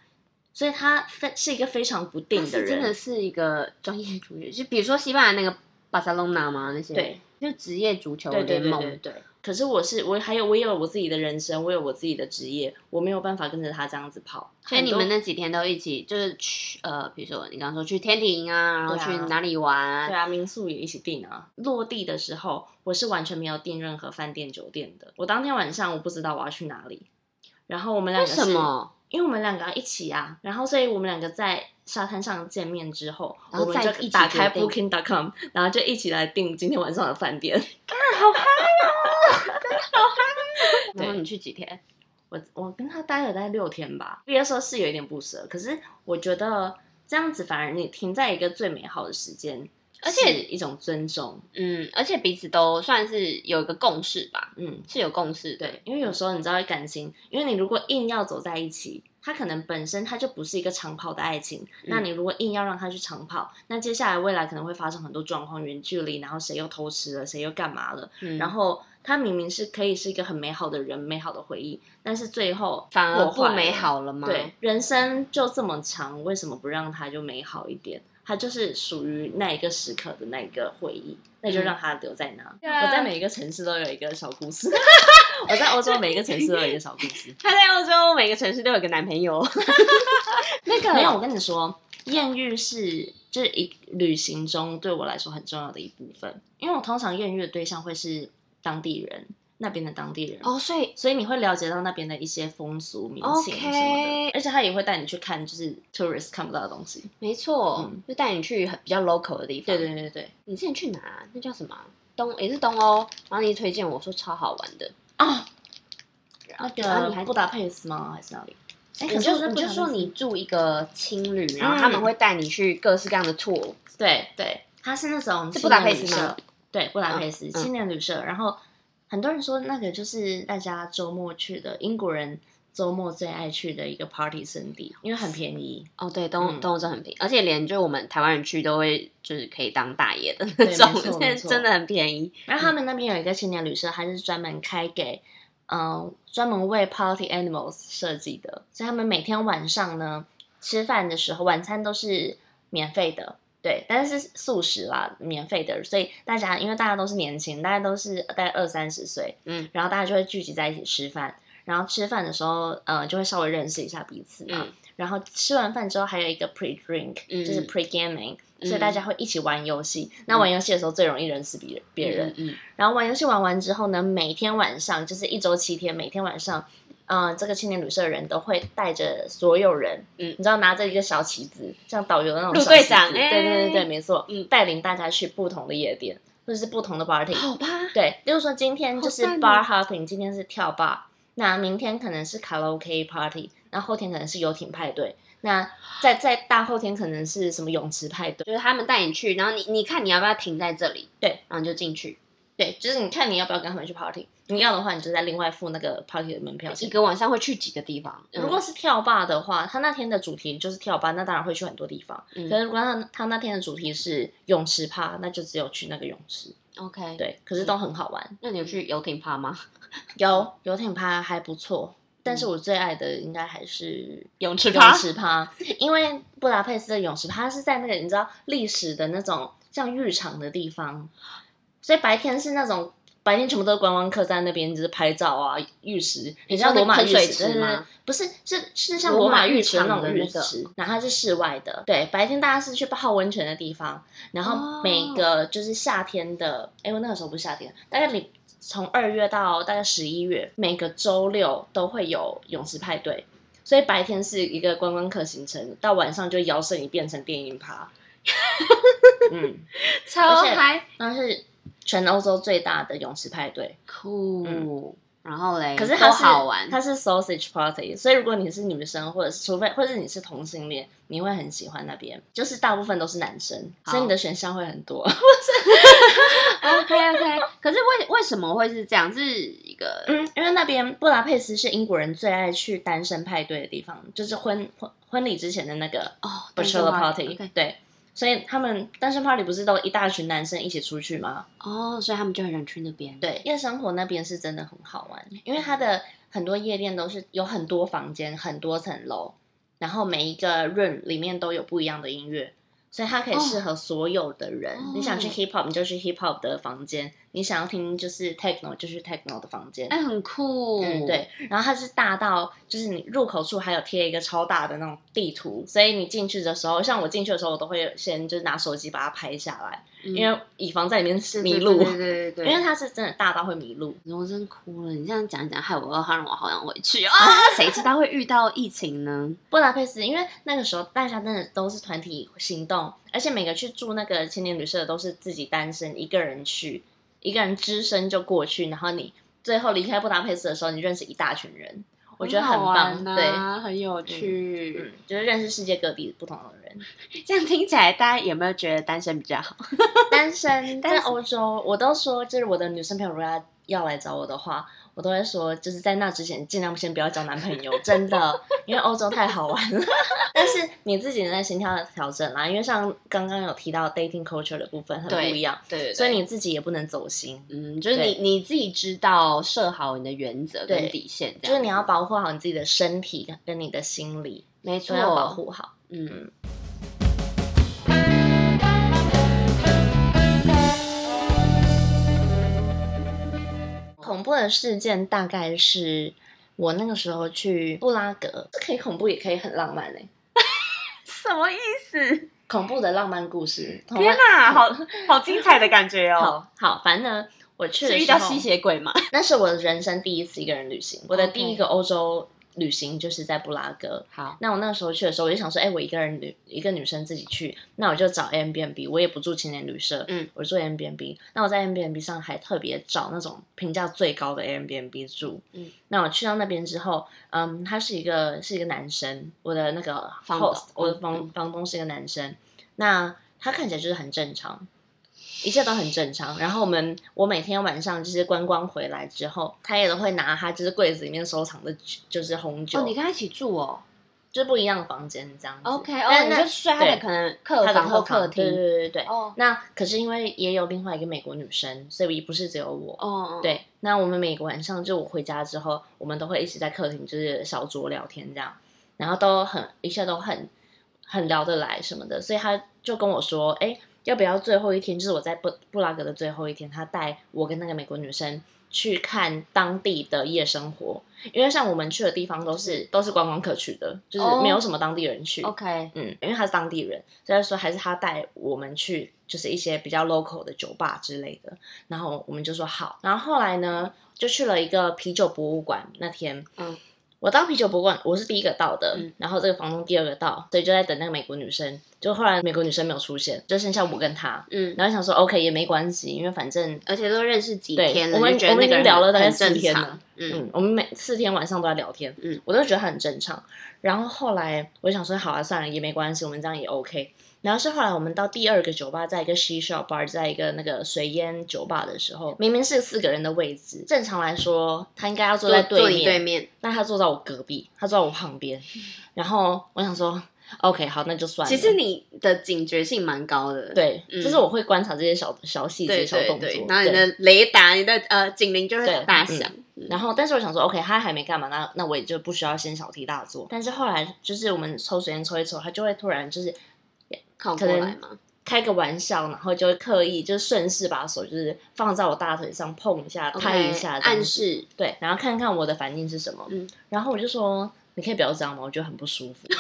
B: 所以他非是一个非常不
A: 他
B: 定的
A: 是真
B: 人，
A: 的是一个专业足球，就比如说西班牙那个巴塞隆纳嘛，那些
B: 对，
A: 就职业足球
B: 对对
A: 联
B: 对
A: 盟。
B: 对对。可是我是我还有我也有我自己的人生，我有我自己的职业，我没有办法跟着他这样子跑。
A: 所以你
B: 很
A: 们
B: 多
A: 那几天都一起，就是去呃，比如说你刚刚说去天体营啊，然后
B: 对啊
A: 去哪里玩啊、
B: 对啊，民宿也一起订啊。落地的时候，我是完全没有订任何饭店酒店的。我当天晚上我不知道我要去哪里，然后我们两
A: 为
B: 个是
A: 什？么？
B: 因为我们两个要一起啊，然后所以我们两个在沙滩上见面之后，
A: 然后
B: 我们
A: 再
B: 就
A: 一起
B: 打开
A: 决定
B: Booking.com，然后就一起来订今天晚上的饭店。对
A: 然后你去几天？
B: 我我跟他待了大概六天吧，毕业的时候是有一点不舍，可是我觉得这样子反而你停在一个最美好的时间，
A: 而且
B: 是一种尊重。
A: 嗯，而且彼此都算是有一个共识吧，
B: 嗯，
A: 是有共识的。
B: 对，因为有时候你知道感情，因为你如果硬要走在一起，他可能本身他就不是一个长跑的爱情，
A: 嗯
B: 那你如果硬要让他去长跑，那接下来未来可能会发生很多状况，远距离，然后谁又偷吃了，谁又干嘛了，
A: 嗯，
B: 然后。他明明是可以是一个很美好的人，美好的回忆，但是最后
A: 反而
B: 破
A: 不
B: 坏
A: 美
B: 了
A: 好了吗？
B: 对，，人生就这么长，为什么不让它就美好一点？它就是属于那一个时刻的那一个回忆，那
A: 嗯
B: 就让它留在那。
A: 对啊
B: 我在每一个城市都有一个小故事，我在欧洲每一个城市都有一个小故
A: [LAUGHS]
B: 事。
A: 他在欧洲每个城市都有个男朋友。 [LAUGHS] 那个
B: 没有，我跟你说，艳遇是就是一旅行中对我来说很重要的一部分，因为我通常艳遇的对象会是当地人，那边的当地人。
A: 哦，所以
B: 所以你会了解到那边的一些风俗民情
A: OK
B: 什么的而且他也会带你去看就是 tourist 看不到的东西。
A: 没错，
B: 嗯
A: 就带你去很比较 local 的地方。
B: 对对对对，
A: 你之前去哪？那叫什么啊？东也是东欧，然后你推荐我说超好玩的，
B: 啊，那
A: 啊你
B: 个
A: 还
B: 布达佩斯吗？还是哪里？哎
A: 你就你就说你住一个青旅，然后
B: 嗯
A: 他们会带你去各式各样的 tour，
B: 对对，它是那种
A: 是
B: 青
A: 布达
B: 年
A: 佩
B: 旅
A: 斯吗
B: 社？对，布达佩斯
A: 嗯
B: 青年旅社。然后很多人说那个就是大家周末去的，英国人周末最爱去的一个 party 圣地，因为很便宜。
A: 哦，对，东
B: 嗯
A: 东欧真的很便宜，而且连就我们台湾人去都会就是可以当大爷的
B: 没
A: 那种，
B: 错没
A: 真
B: 错
A: 真的很便宜。
B: 然后他们那边有一个青年旅社，它是专门开给嗯、呃专门为 party animals 设计的，所以他们每天晚上呢吃饭的时候，晚餐都是免费的。对，但是是素食啦，免费的，所以大家因为大家都是年轻，大家都是大概二三十岁，
A: 嗯，
B: 然后大家就会聚集在一起吃饭，然后吃饭的时候，呃，就会稍微认识一下彼此嘛，
A: 嗯
B: 然后吃完饭之后还有一个 pre drink，、
A: 嗯
B: 就是 pre gaming，、
A: 嗯
B: 所以大家会一起玩游戏。那玩游戏的时候最容易认识别人，别人、
A: 嗯，嗯
B: 然后玩游戏玩完之后呢，每天晚上就是一周七天，每天晚上，呃，这个青年旅社的人都会带着所有人，
A: 嗯
B: 你知道拿着一个小旗子，像导游的那种
A: 陆
B: 小旗
A: 队
B: 子
A: 长
B: 对
A: 哎
B: 对对对，没错，
A: 嗯
B: 带领大家去不同的夜店或者是不同的 party，
A: 嗯好吧，
B: 对，例如说今天就是
A: 好赞哦
B: bar hopping，今天是跳 bar，那明天可能是卡拉 OK party，那后天可能是游艇派对，那在在大后天可能是什么泳池派对。
A: 就是他们带你去，然后你你看你要不要停在这里，
B: 对，
A: 然后你就进去，
B: 对，就是你看你要不要跟他们去 party，你要的话，你就再另外付那个 party 的门票
A: 一
B: 钱。
A: 个晚上会去几个地方？嗯
B: 如果是跳坝的话，他那天的主题就是跳坝，那当然会去很多地方。
A: 嗯
B: 可是如果他他那天的主题是泳池趴，那就只有去那个泳池。
A: OK，，
B: 对，可是都很好玩。
A: 那你有去游艇趴吗？ [LAUGHS]
B: 有游艇趴还不错，但是我最爱的应该还是
A: 泳池
B: 泳池趴，因为布达佩斯的泳池趴它是在那个你知道历史的那种像浴场的地方，所以白天是那种白天全部都是观光客在那边就是拍照啊，浴池，你知道
A: 那
B: 罗马
A: 喷
B: 浴
A: 水
B: 池
A: 池
B: 对对对
A: 吗
B: 不是，是是像
A: 罗
B: 罗
A: 马
B: 马
A: 浴
B: 浴池的那
A: 场的
B: 种浴
A: 那个
B: 池，然后它是室外的，对，白天大家是去泡温泉的地方，然
A: 哦
B: 后每个就是夏天的，哎、我那个时候不是夏天，大概你从二月到大概十一月，每个周六都会有泳池派对。所以白天是一个观光客行程，到晚上就摇身一变成电音 [LAUGHS] 趴。嗯，
A: 超
B: 而且
A: 嗨
B: 那是全欧洲最大的泳池派对，
A: 酷。然后嘞，
B: 嗯可是它
A: 多
B: 是
A: 好玩， [LAUGHS]
B: 它是 sausage party，所以如果你是女生，或者是除非或者你是同性恋，你会很喜欢那边，就是大部分都是男生，
A: 好
B: 所以你的选项会很多。
A: OK OK，可是为为什么会是这样？是一个
B: 嗯，因为那边布达佩斯是英国人最爱去单身派对的地方，就是婚婚婚礼之前的那个
A: 哦
B: bachelor party，、
A: OK
B: 对，所以他们单身 party 不是都一大群男生一起出去吗？
A: 哦，所以他们就很想去那边。，
B: 对，夜生活那边是真的很好玩，因为它的很多夜店都是有很多房间、很多层楼，然后每一个 room 里面都有不一样的音乐，所以它可以适合所有的人。
A: 哦
B: 你想去 hip hop，你就去 hip hop 的房间；你想要听就是 techno，就去 techno 的房间。
A: 哎，很酷。
B: 嗯，对，然后它是大到，就是你入口处还有贴一个超大的那种地图，所以你进去的时候，像我进去的时候，我都会先就是拿手机把它拍下来，
A: 嗯，
B: 因为以防在里
A: [LAUGHS]
B: 面
A: 对
B: 迷
A: 对
B: 路，
A: 对对对对，
B: 因为它是真的大到会迷路。
A: 我真哭了。你这样讲一讲，害我又好让我好想回
B: [LAUGHS]
A: 去啊！谁知道会遇到疫情呢？
B: 布达佩斯，因为那个时候大家真的都是团体行动，而且每个去住那个青年旅社的都是自己单身一个人去，一个人只身就过去，然后你最后离开布达佩斯的时候，你认识一大群人，我觉得很
A: 好玩啊
B: 棒，
A: 呐
B: 对，
A: 很有
B: 嗯
A: 趣。，
B: 就是认识世界各地不同的人。
A: [LAUGHS] 这样听起来，大家有没有觉得单身比较好？
B: 单身
A: 单身
B: 在欧洲，我都说，就是我的女生朋友如果要要来找我的话，我都会说，就是在那之前尽量先不要交男朋友，真的，因为欧洲太好玩了。 [LAUGHS] 但是你自己的心跳要调整啦，因为像刚刚有提到 dating culture 的部分很不
A: 对
B: 一样，
A: 对
B: 所以你自己也不能走心，
A: 嗯，就是你
B: 对
A: 你自己知道设好你的原则跟
B: 对
A: 底线，这
B: 就
A: 样
B: 是你要保护好你自己的身体跟你的心理，
A: 没
B: 都
A: 错，
B: 要保护好。
A: 嗯。
B: 恐怖的事件大概是我那个时候去布拉格，这可以恐怖也可以很浪漫哎、
A: 什么意思？
B: 恐怖的浪漫故事，同
A: 天哪，好好精彩的感觉哦！
B: 好好，反正呢，我去的
A: 是遇
B: 时
A: 到
B: 候
A: 吸血鬼吗？
B: 那是我人生第一次一个人旅行，我的
A: OK
B: 第一个欧洲旅行就是在布拉格。
A: 好，
B: 那我那个时候去的时候，我就想说，哎、我一个人旅一个女生自己去，那我就找 a m b n b 我也不住青年旅社，
A: 嗯，
B: 我住 a m b n b 那我在 a m b n b 上还特别找那种评价最高的 a m b n b 住，
A: 嗯，
B: 那我去到那边之后，嗯，他是一个是一个男生，我的那个
A: 房东
B: host，我的
A: 嗯
B: 房房东是一个男生，那他看起来就是很正常。一切都很正常。然后我们，我每天晚上就是观光回来之后，他也都会拿他就是柜子里面收藏的酒，就是红酒，
A: 哦，你跟他一起住哦
B: 就是不一样的房间这样子。
A: ，OK，
B: 但
A: 哦，你
B: 那
A: 就睡他的
B: 对
A: 可能客
B: 他的
A: 房或
B: 后
A: 客
B: 对对
A: 厅，
B: 对对对。
A: 哦
B: 那可是因为也有另外一个美国女生，所以不是只有我。
A: 哦，哦，
B: 对，那我们每个晚上就我回家之后，我们都会一起在客厅就是小酌聊天这样，然后都很一切都很很聊得来什么的，所以他就跟我说，哎，要不要最后一天，就是我在布布拉格的最后一天，他带我跟那个美国女生去看当地的夜生活，因为像我们去的地方都是都是观光客去的，就是没有什么当地人去。
A: ，OK，
B: 嗯，因为他是当地人，所以他说还是他带我们去，就是一些比较 local 的酒吧之类的。然后我们就说好，然后后来呢，就去了一个啤酒博物馆。那天，
A: 嗯，
B: 我到啤酒博物馆，我是第一个到的，
A: 嗯
B: 然后这个房东第二个到，所以就在等那个美国女生。就后来美国女生没有出现，就剩下我跟他。
A: 嗯，
B: 然后想说 OK 也没关系，因为反正
A: 而且都认识几
B: 对
A: 天了，
B: 我们
A: 就觉得
B: 我们
A: 那
B: 已
A: 个人
B: 经聊了大概
A: 很
B: 四
A: 正
B: 天
A: 常
B: 了，
A: 嗯
B: 嗯，我们每四天晚上都在聊天，
A: 嗯，
B: 我都觉得很正常。然后后来我想说，好啊，算了，也没关系，我们这样也 OK。然后是后来我们到第二个酒吧，在一个 she shop bar，在一个那个水烟酒吧的时候，明明是四个人的位置，正常来说他应该要坐在
A: 坐
B: 对
A: 你
B: 面，
A: 对面，
B: 那他坐在我隔壁，他坐在我
A: [LAUGHS]
B: 旁边。然后我想说，OK，好，那就算
A: 其
B: 了。
A: 实你的警觉性蛮高的，
B: 对，
A: 嗯
B: 就是我会观察这些小小细节、
A: 对
B: 小
A: 对
B: 动作，
A: 对，然后你
B: 对
A: 的雷达，你的呃警铃就会
B: 对
A: 大
B: 嗯
A: 响，
B: 然后，但是我想说，OK，他还没干嘛，那那我也就不需要先小题大做。但是后来就是我们抽时间抽一抽，他就会突然就是
A: 靠过
B: 可
A: 来
B: 能
A: 嘛，
B: 开个玩笑，然后就会刻意就顺势把手就是放在我大腿上碰一下、拍一
A: OK，
B: 下，这样
A: 暗
B: 子
A: 示，
B: 对，然后看看我的反应是什么。
A: 嗯
B: 然后我就说，你可以不要这样吗？我觉得很不舒服。
A: [LAUGHS]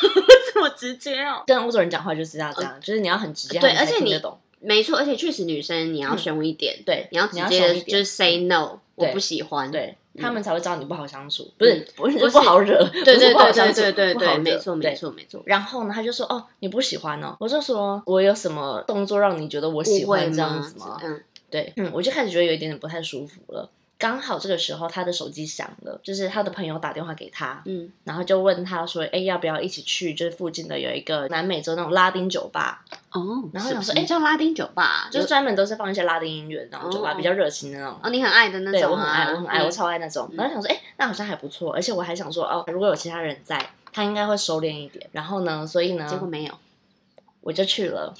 A: 这么直接哦。
B: 跟欧洲人讲话就是要这样，就是你要很直接，
A: 嗯对
B: 他们才
A: 而且
B: 听
A: 你
B: 得懂，
A: 没错，而且确实女生你要
B: 嗯
A: 凶一点，
B: 对，
A: 你要直
B: 你要
A: 接
B: 凶
A: 的
B: 一
A: 就
B: 点
A: 是
B: 嗯
A: say no，我
B: 对
A: 不喜欢。
B: 对。
A: 嗯
B: 他们才会知道你不好相处，不是
A: 嗯
B: 不是
A: 不是
B: 不好惹，
A: [LAUGHS] 对
B: 不
A: 对
B: 是
A: 对
B: 不好
A: 对
B: 相处
A: 对对
B: 不好
A: 对，
B: 惹
A: 没错
B: 对
A: 没错没错。
B: 然后呢，他就说：“哦，你不喜欢哦。”我就说：“我有什么动作让你觉得我喜
A: 误会
B: 欢这样子
A: 吗
B: 吗？”？
A: 嗯，
B: 对，嗯，我就开始觉得有一点点不太舒服了。刚好这个时候，他的手机响了，就是他的朋友打电话给他，
A: 嗯，
B: 然后就问他说：“哎，要不要一起去？就是附近的有一个南美洲那种拉丁酒吧，
A: 哦，
B: 然后
A: 什
B: 想
A: 什
B: 说
A: 么
B: 哎
A: 叫拉丁酒吧，
B: 就是
A: 有
B: 专门都是放一些拉丁音乐的那种酒吧，
A: 哦
B: 比较热情的那种。
A: 哦，你很爱的那
B: 对我
A: 种
B: 很
A: 啊，
B: 爱，我很爱，
A: 嗯
B: 我超爱那种。然后想说，哎、那好像还不错，而且我还想说，哦，如果有其他人在，他应该会收敛一点。然后呢，所以呢，
A: 结果没有，
B: 我就去了。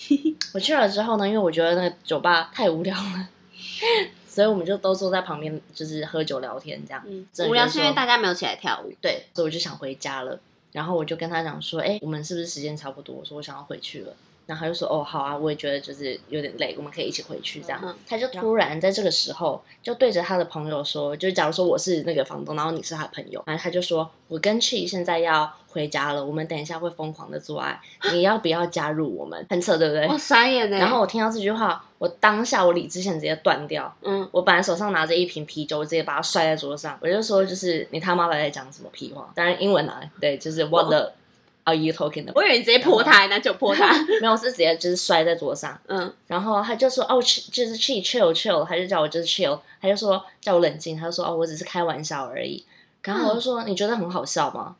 B: 我去了之后呢，因为我觉得那个酒吧太无聊了， [LAUGHS] 所以我们就都坐在旁边，就是喝酒聊天这样。
A: 嗯
B: 真的
A: 无聊
B: 就是是
A: 因为
B: 说
A: 大家没有起来跳舞。
B: 对，所以我就想回家了。然后我就跟他讲说，哎、我们是不是时间差不多？我说我想要回去了。然后他就说，哦，好啊，我也觉得就是有点累，我们可以一起回去这样。
A: 嗯
B: 他就突然在这个时候就对着他的朋友说，就假如说我是那个房东，然后你是他的朋友，然后他就说，我跟 Chi 现在要回家了，我们等一下会疯狂的做爱，你要不要加入我们？很扯，对不对？
A: 我傻眼欸呢。
B: 然后我听到这句话，我当下我理智线直接断掉。
A: 嗯，
B: 我本来手上拿着一瓶啤酒，我直接把它摔在桌上。我就说，就是你他妈的在讲什么屁话？当然英文啊，对，就是 What the are you talking
A: 我
B: about？
A: 以为你直接泼他，那就泼他。
B: 没有，我是直接就是摔在桌上。
A: [LAUGHS] 嗯，
B: 然后他就说，哦，chi- 就是 chill chill chill，他就叫我就是 chill，他就说叫我冷静，他就说哦，我只是开玩笑而已。然后我就说，你觉得很好笑吗？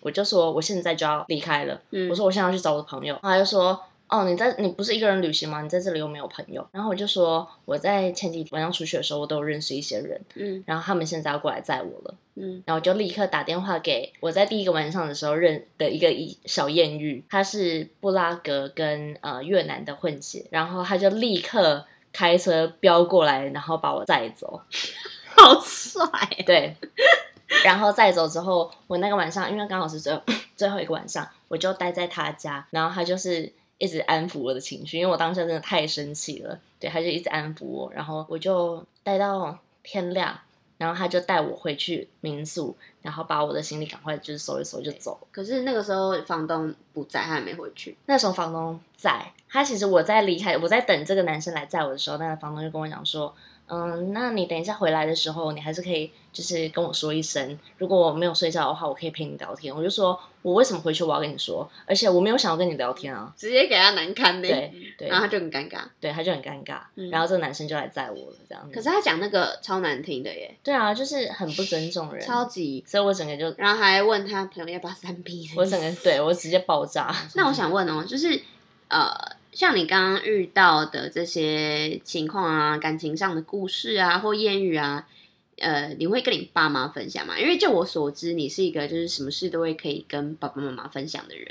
B: 我就说我现在就要离开了。
A: 嗯
B: 我说我现在要去找我的朋友，他就说。哦，你在你不是一个人旅行吗？你在这里又没有朋友。然后我就说，我在前几天晚上出去的时候，我都有认识一些人，
A: 嗯
B: 然后他们现在要过来载我了。 [LAUGHS]
A: 嗯，
B: 然后我就立刻打电话给我在第一个晚上的时候认的一个一小艳遇，他是布拉格跟呃越南的混血，然后他就立刻开车飙过来，然后把我载走。
A: 好帅哦。
B: 对，然后再走之后，我那个晚上，因为刚好是最后 [COUGHS] 最后一个晚上，我就待在他家，然后他就是一直安抚我的情绪，因为我当下真的太生气了，对，他就一直安抚我，然后我就待到天亮，然后他就带我回去民宿，然后把我的行李赶快就是收一收就走了。
A: [LAUGHS] 可是那个时候房东不在，他还没回去。
B: 那时候房东在，他其实我在离开，我在等这个男生来载我的时候，那个房东就跟我讲说，嗯，那你等一下回来的时候，你还是可以就是跟我说一声，如果我没有睡觉的话，我可以陪你聊天。我就说我为什么回去我要跟你说，而且我没有想要跟你聊天啊。
A: 直接给他难堪的，
B: 对对
A: 然后他就很尴尬。
B: 对，他就很尴尬，
A: 啊嗯
B: 然后这个男生就来载我了，这样子。
A: 可是他讲那个超难听的耶，
B: 对啊，就是很不尊重人，
A: 超级，
B: 所以我整个就
A: 然后还问他朋友要不要三 P
B: 我整个对我直接爆炸。
A: 那我想问哦，就是呃，像你刚刚遇到的这些情况啊，感情上的故事啊，或艳遇啊，呃，你会跟你爸妈分享吗？因为就我所知，你是一个就是什么事都会可以跟爸爸妈妈分享的人。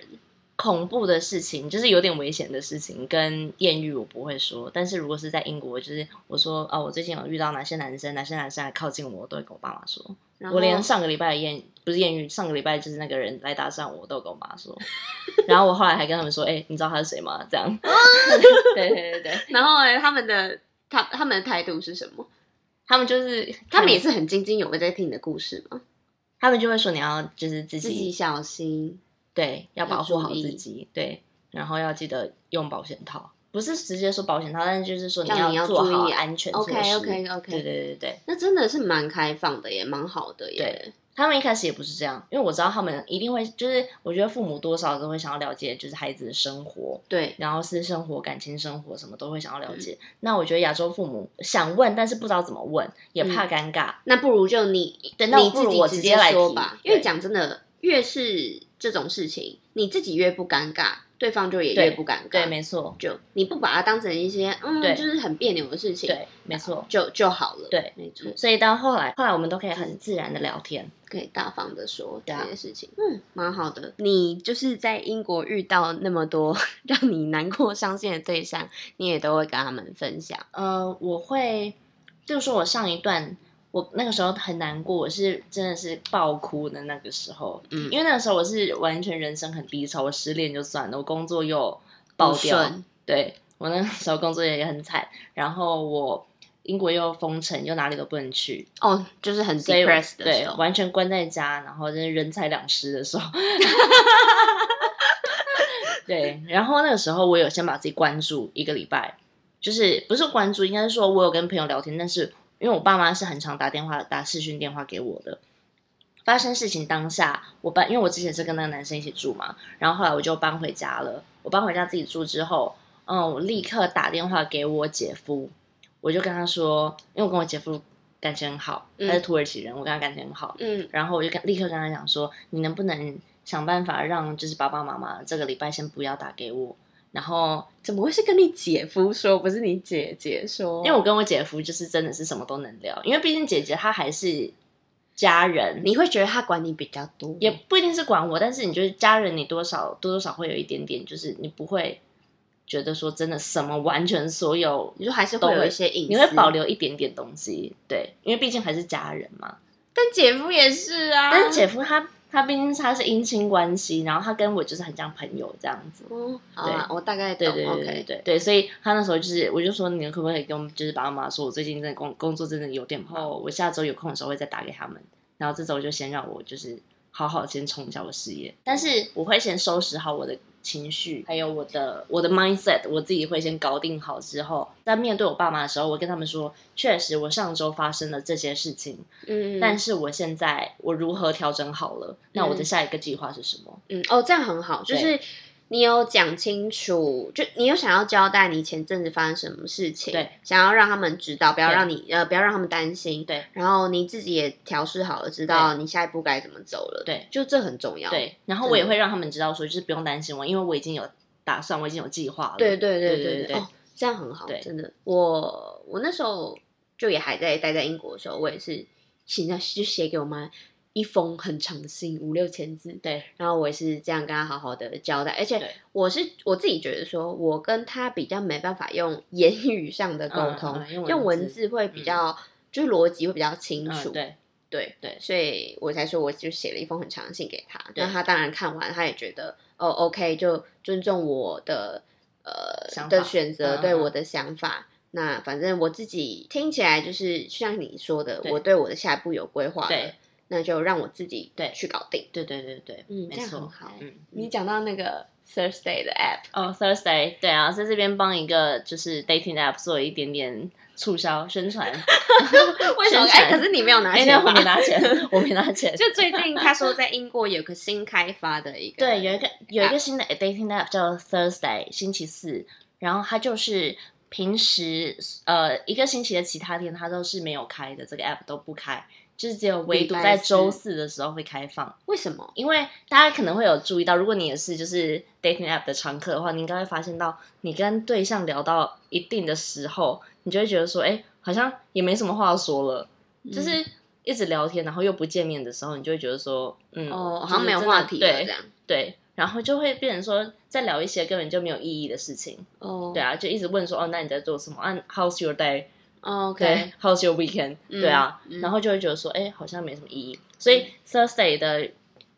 B: 恐怖的事情，就是有点危险的事情，跟艳遇我不会说。但是如果是在英国，就是我说哦，我最近有遇到哪些男生，哪些男生来靠近我，我都会跟我爸妈说。
A: 然后
B: 我连上个礼拜的艳不是艳遇，上个礼拜就是那个人来搭讪我，我都有跟我妈说。 [LAUGHS] 然后我后来还跟他们说，哎、你知道他是谁吗？这样。 [LAUGHS] 对对对对，
A: 然后呢，他们的他他们的态度是什么？
B: 他们就是
A: 他们也是很津津有味在听你的故事吗？
B: 他们就会说你要就是
A: 自己小心，
B: 对，要
A: 要
B: 保护
A: 注
B: 好自
A: 意
B: 己，对，然后要记得用保险套，不是直接说保险套，但是就是说你
A: 让你要
B: 做
A: 注
B: 好
A: 意
B: 安全措施。
A: OK，OK，OK
B: 对对对对，
A: 那真的是蛮开放的耶，蛮好的耶。
B: 他们一开始也不是这样，因为我知道他们一定会，就是我觉得父母多少都会想要了解，就是孩子的生活。
A: 对
B: 然后私生活、感情生活什么都会想要了
A: 嗯
B: 解。那我觉得亚洲父母想问，但是不知道怎么问，也怕
A: 嗯
B: 尴尬。
A: 那不如就你
B: 对那
A: 你
B: 不
A: 自
B: 如
A: 己
B: 我
A: 直
B: 直接来
A: 说
B: 提
A: 吧，
B: 对
A: 因为讲真的，越是这种事情，你自己越不尴尬，对方就也越
B: 对
A: 不尴尬。
B: 对，没错，
A: 就你不把它当成一些嗯，
B: 对
A: 就是很别扭的事情，
B: 对，没错。
A: 就就好了。
B: 对，嗯
A: 没错，
B: 所以到后来，后来我们都可以很自然的聊天。
A: 可以大方的说这
B: 对啊
A: 些事情，嗯，蛮好的。你就是在英国遇到那么多 [LAUGHS] 让你难过、伤心的对象，你也都会跟他们分享。
B: 呃，我会，就是说我上一段，我那个时候很难过，我是真的是爆哭的那个时候，
A: 嗯
B: 因为那个时候我是完全人生很低潮，我失恋就算了，我工作又爆
A: 不
B: 掉
A: 顺，
B: 对我那个时候工作也很惨，然后我英国又封城，又哪里都不能去，
A: 哦，就是很
B: 所以我
A: depressed 的
B: 对
A: 时候，
B: 完全关在家，然后真是人财两失的时候。 [LAUGHS] 对，然后那个时候我有先把自己关住一个礼拜，就是不是关注，应该是说我有跟朋友聊天，但是因为我爸妈是很常打电话打视讯电话给我的。发生事情当下，我搬，因为我之前是跟那个男生一起住嘛，然后后来我就搬回家了。我搬回家自己住之后，嗯，我立刻打电话给我姐夫，我就跟他说，因为我跟我姐夫感情很好，
A: 嗯
B: 他是土耳其人，我跟他感情很好，
A: 嗯，
B: 然后我就跟立刻跟他讲说，你能不能想办法让就是爸爸妈妈这个礼拜先不要打给我，然后
A: 怎么会是跟你姐夫说，不是你姐姐说？
B: 因为我跟我姐夫就是真的是什么都能聊，因为毕竟姐姐她还是家人，
A: 你会觉得他管你比较多，
B: 也不一定是管我，但是你就是家人，你多少多多少会有一点点，就是你不会觉得说真的什么完全所有，
A: 你说还是会有一些隐私，
B: 你会保。留一点点东西，对，因为毕竟还是家人嘛。
A: 但姐夫也是啊，
B: 但是姐夫他他毕竟他是姻亲关系，然后他跟我就是很像朋友这样子。
A: 哦，好啊，我大概懂
B: 对对对对
A: OK，
B: 对对，所以他那时候就是，我就说你们可不可以跟我们就是爸爸妈妈说，我最近真的工工作真的有点忙，我下周有空的时候会再打给他们。然后这周就先让我就是好好先冲一下我事业，但是我会先收拾好我的情绪，还有我的我的 mindset，我自己会先搞定好之后，在面对我爸妈的时候，我跟他们说，确实我上周发生了这些事情，
A: 嗯，
B: 但是我现在我如何调整好了？那我的下一个计划是什么？
A: 嗯，哦，这样很好，就是你有讲清楚，就你有想要交代你前阵子发生什么事情，
B: 对，
A: 想要让他们知道，不要
B: 对
A: 让你呃不要让他们担心，
B: 对，
A: 然后你自己也调试好了，知道你下一步该怎么走了，
B: 对，
A: 就这很重要，
B: 对，然后
A: 真
B: 我也
A: 的
B: 会让他们知道说，就是不用担心我，因为我已经有打算，我已经有计划了。
A: 对对对
B: 对
A: 对
B: 对对
A: 哦，这样很好，
B: 对
A: 真的。我我那时候就也还在待在英国的时候，我也是写那就写给我妈一封很长的信，五六千字。
B: 对
A: 然后我也是这样跟她好好的交代，而且
B: 对
A: 我是我自己觉得说，我跟她比较没办法用言语上的沟
B: 嗯
A: 通，
B: 嗯用文
A: 用文
B: 字
A: 字会比
B: 嗯
A: 较、就是逻辑会比较清楚。
B: 嗯，对
A: 对
B: 对
A: 所以我才说我就写了一封很长的信给他。
B: 对
A: 那他当然看完，他也觉得哦，OK，就尊重我的呃
B: 想
A: 的
B: 法
A: 选择，
B: 嗯
A: 对
B: 嗯
A: 我的想法。那反正我自己听起来就是像你说的，
B: 对
A: 我对我的下一步有规划了
B: 对，
A: 那就让我自己
B: 对
A: 去搞定。
B: 对对对对，
A: 嗯，这
B: 没
A: 样很
B: 错，
A: 好。
B: 嗯，
A: 你讲到那个 Thursday 的
B: [LAUGHS]
A: app。
B: 哦、t h u r s d a y 对啊，在这边帮一个就是 dating app 做一点点促销宣传。
A: 为什么？
B: 宣
A: 哎、
B: 传
A: 可是你没有拿
B: 哎、
A: 钱
B: 那我
A: 吧
B: 没拿钱，
A: [LAUGHS]
B: 我没拿钱。
A: 就最近他说在英国有个新开发的一个，
B: 对，有一个有
A: 啊
B: 一个新的 dating app 叫 Thursday 星期四，然后它就是平时呃一个星期的其他天它都是没有开的，这个 app 都不开，就是只有唯
A: 礼
B: 独
A: 拜
B: 在
A: 四
B: 周四的时候会开放。
A: 为什么？
B: 因为大家可能会有注意到，如果你也是就是 dating app 的常客的话，你应该会发现到，你跟对象聊到一定的时候，你就会觉得说，哎，好像也没什么话说了，就
A: 嗯
B: 是一直聊天，然后又不见面的时候，你就会觉得说，嗯，
A: 哦，好
B: 就是
A: 像没有
B: 真的
A: 话题了这
B: 对
A: 样。
B: 对，然后就会变成说，在聊一些根本就没有意义的事情，
A: 哦，
B: 对啊，就一直问说，哦，那你在做什么？啊，How's your day？
A: 哦
B: 对
A: ，OK，
B: ，How's your weekend？、
A: 嗯
B: 对啊，
A: 嗯
B: 然后就会觉得说，哎，好像没什么意义。所以 Thursday 的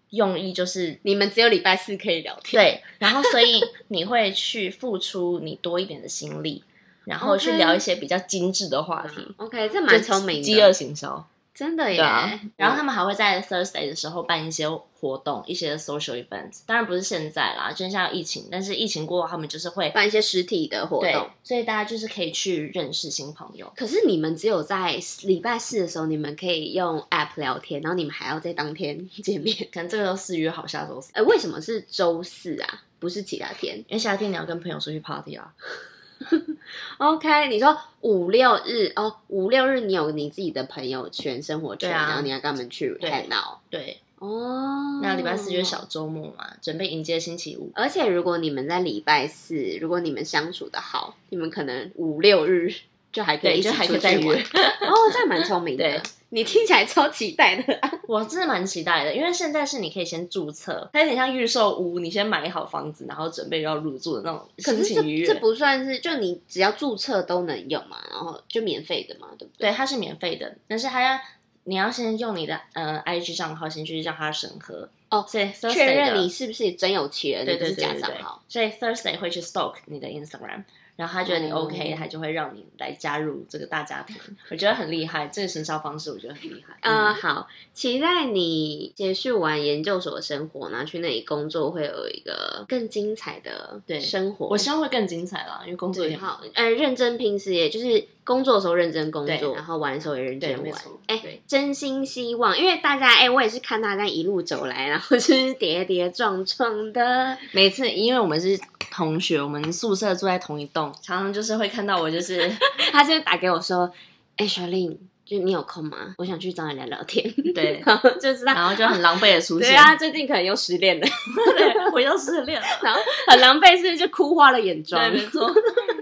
B: 用意
A: [LAUGHS]
B: 就是，
A: 你们只有礼拜四可以聊天，
B: 对，然后所以你会去付出你多一点的心力，然后去
A: OK
B: 聊一些比较精致的话题，
A: o k 这哦嗯
B: 啊就
A: 蛮聪明
B: 饥饥饿
A: 的，
B: 行销。
A: 真的耶。
B: 对啊然后他
A: 们
B: 们还会在 Thursday 的时候办一些活动，一些 social event。当然不是现在啦，就像疫情，但是疫情过后他们就是会
A: 办一些实体的活
B: 对
A: 动，，
B: 所以大家就是可以去认识新朋友。
A: 可是你们只有在礼拜四的时候，你们可以用 App 聊天，然后你们还要在当天见面。 [LAUGHS]
B: 可能这个都四约好下周四，
A: 呃，为什么是周四啊？不是其他天
B: 因为夏天你要跟朋友出去 party 啊。
A: ？OK，你说五六日哦，五六日你有你自己的朋友圈、生活圈，
B: 对啊
A: 然后你要跟他们去
B: 对
A: 看到
B: 对，
A: 哦。
B: 那礼拜四就是小周末嘛，准备迎接星期五。
A: 而且如果你们在礼拜四，如果你们相处的好，你们可能五六日 [LAUGHS] 就还可以
B: 对，
A: 一起
B: 就还可以
A: 出去
B: 再
A: 玩
B: 约。
A: 哦，这样蛮聪明的
B: 对。
A: 你听起来超期待的、
B: 我真的蛮期待的，因为现在是你可以先注册，它有点像预售屋，你先买好房子，然后准备要入住的那种
A: 可
B: 心
A: 是
B: 情愉
A: 这这
B: 悦。
A: 不算是，就你只要注册都能用嘛，然后就免费的嘛，对不对？
B: 对，它是免费的，但是它要你要先用你的呃 IG 账号先去让它审核
A: 哦
B: 所以 Thursday
A: 确认
B: 的
A: 你是不是真有其人，
B: 对对
A: 你不
B: 对
A: 是假
B: 对对
A: 账号。，
B: 所以 Thursday 会去 stalk 你的 Instagram，然后他觉得你
A: 哦
B: OK，、他就会让你来加入这个大家庭。我觉得很厉害，这个行销方式我觉得很厉害。
A: 呃，
B: 嗯，
A: 好，期待你结束完研究所的生活，然后去那里工作，会有一个更精彩的
B: 对
A: 生活。
B: 我希望会更精彩啦，因为工作也
A: 对，
B: 好。
A: 好，呃，认真拼事业，就是工作的时候认真工
B: 对
A: 作，然后玩的时候也认
B: 对，
A: 真
B: 没
A: 玩。
B: 错。
A: 哎、
B: 对
A: 真心希望，因为大家，哎、我也是看大家一路走来，然后就是 [LAUGHS] 跌跌撞撞的，
B: 每次因为我们是同学，我们宿舍住在同一栋，常常就是会看到我就是 [LAUGHS]
A: 他就打给我说，哎、小令，就你有空吗？我想去找你聊聊天，
B: 对，
A: [LAUGHS] 然后就知道，
B: 然后就很狼狈的出现。
A: 对
B: [LAUGHS]
A: 啊，最近可能又失恋了，
B: 对，我又失恋了。
A: 然后很狼狈，是不是就哭花了眼妆
B: 对，？没错，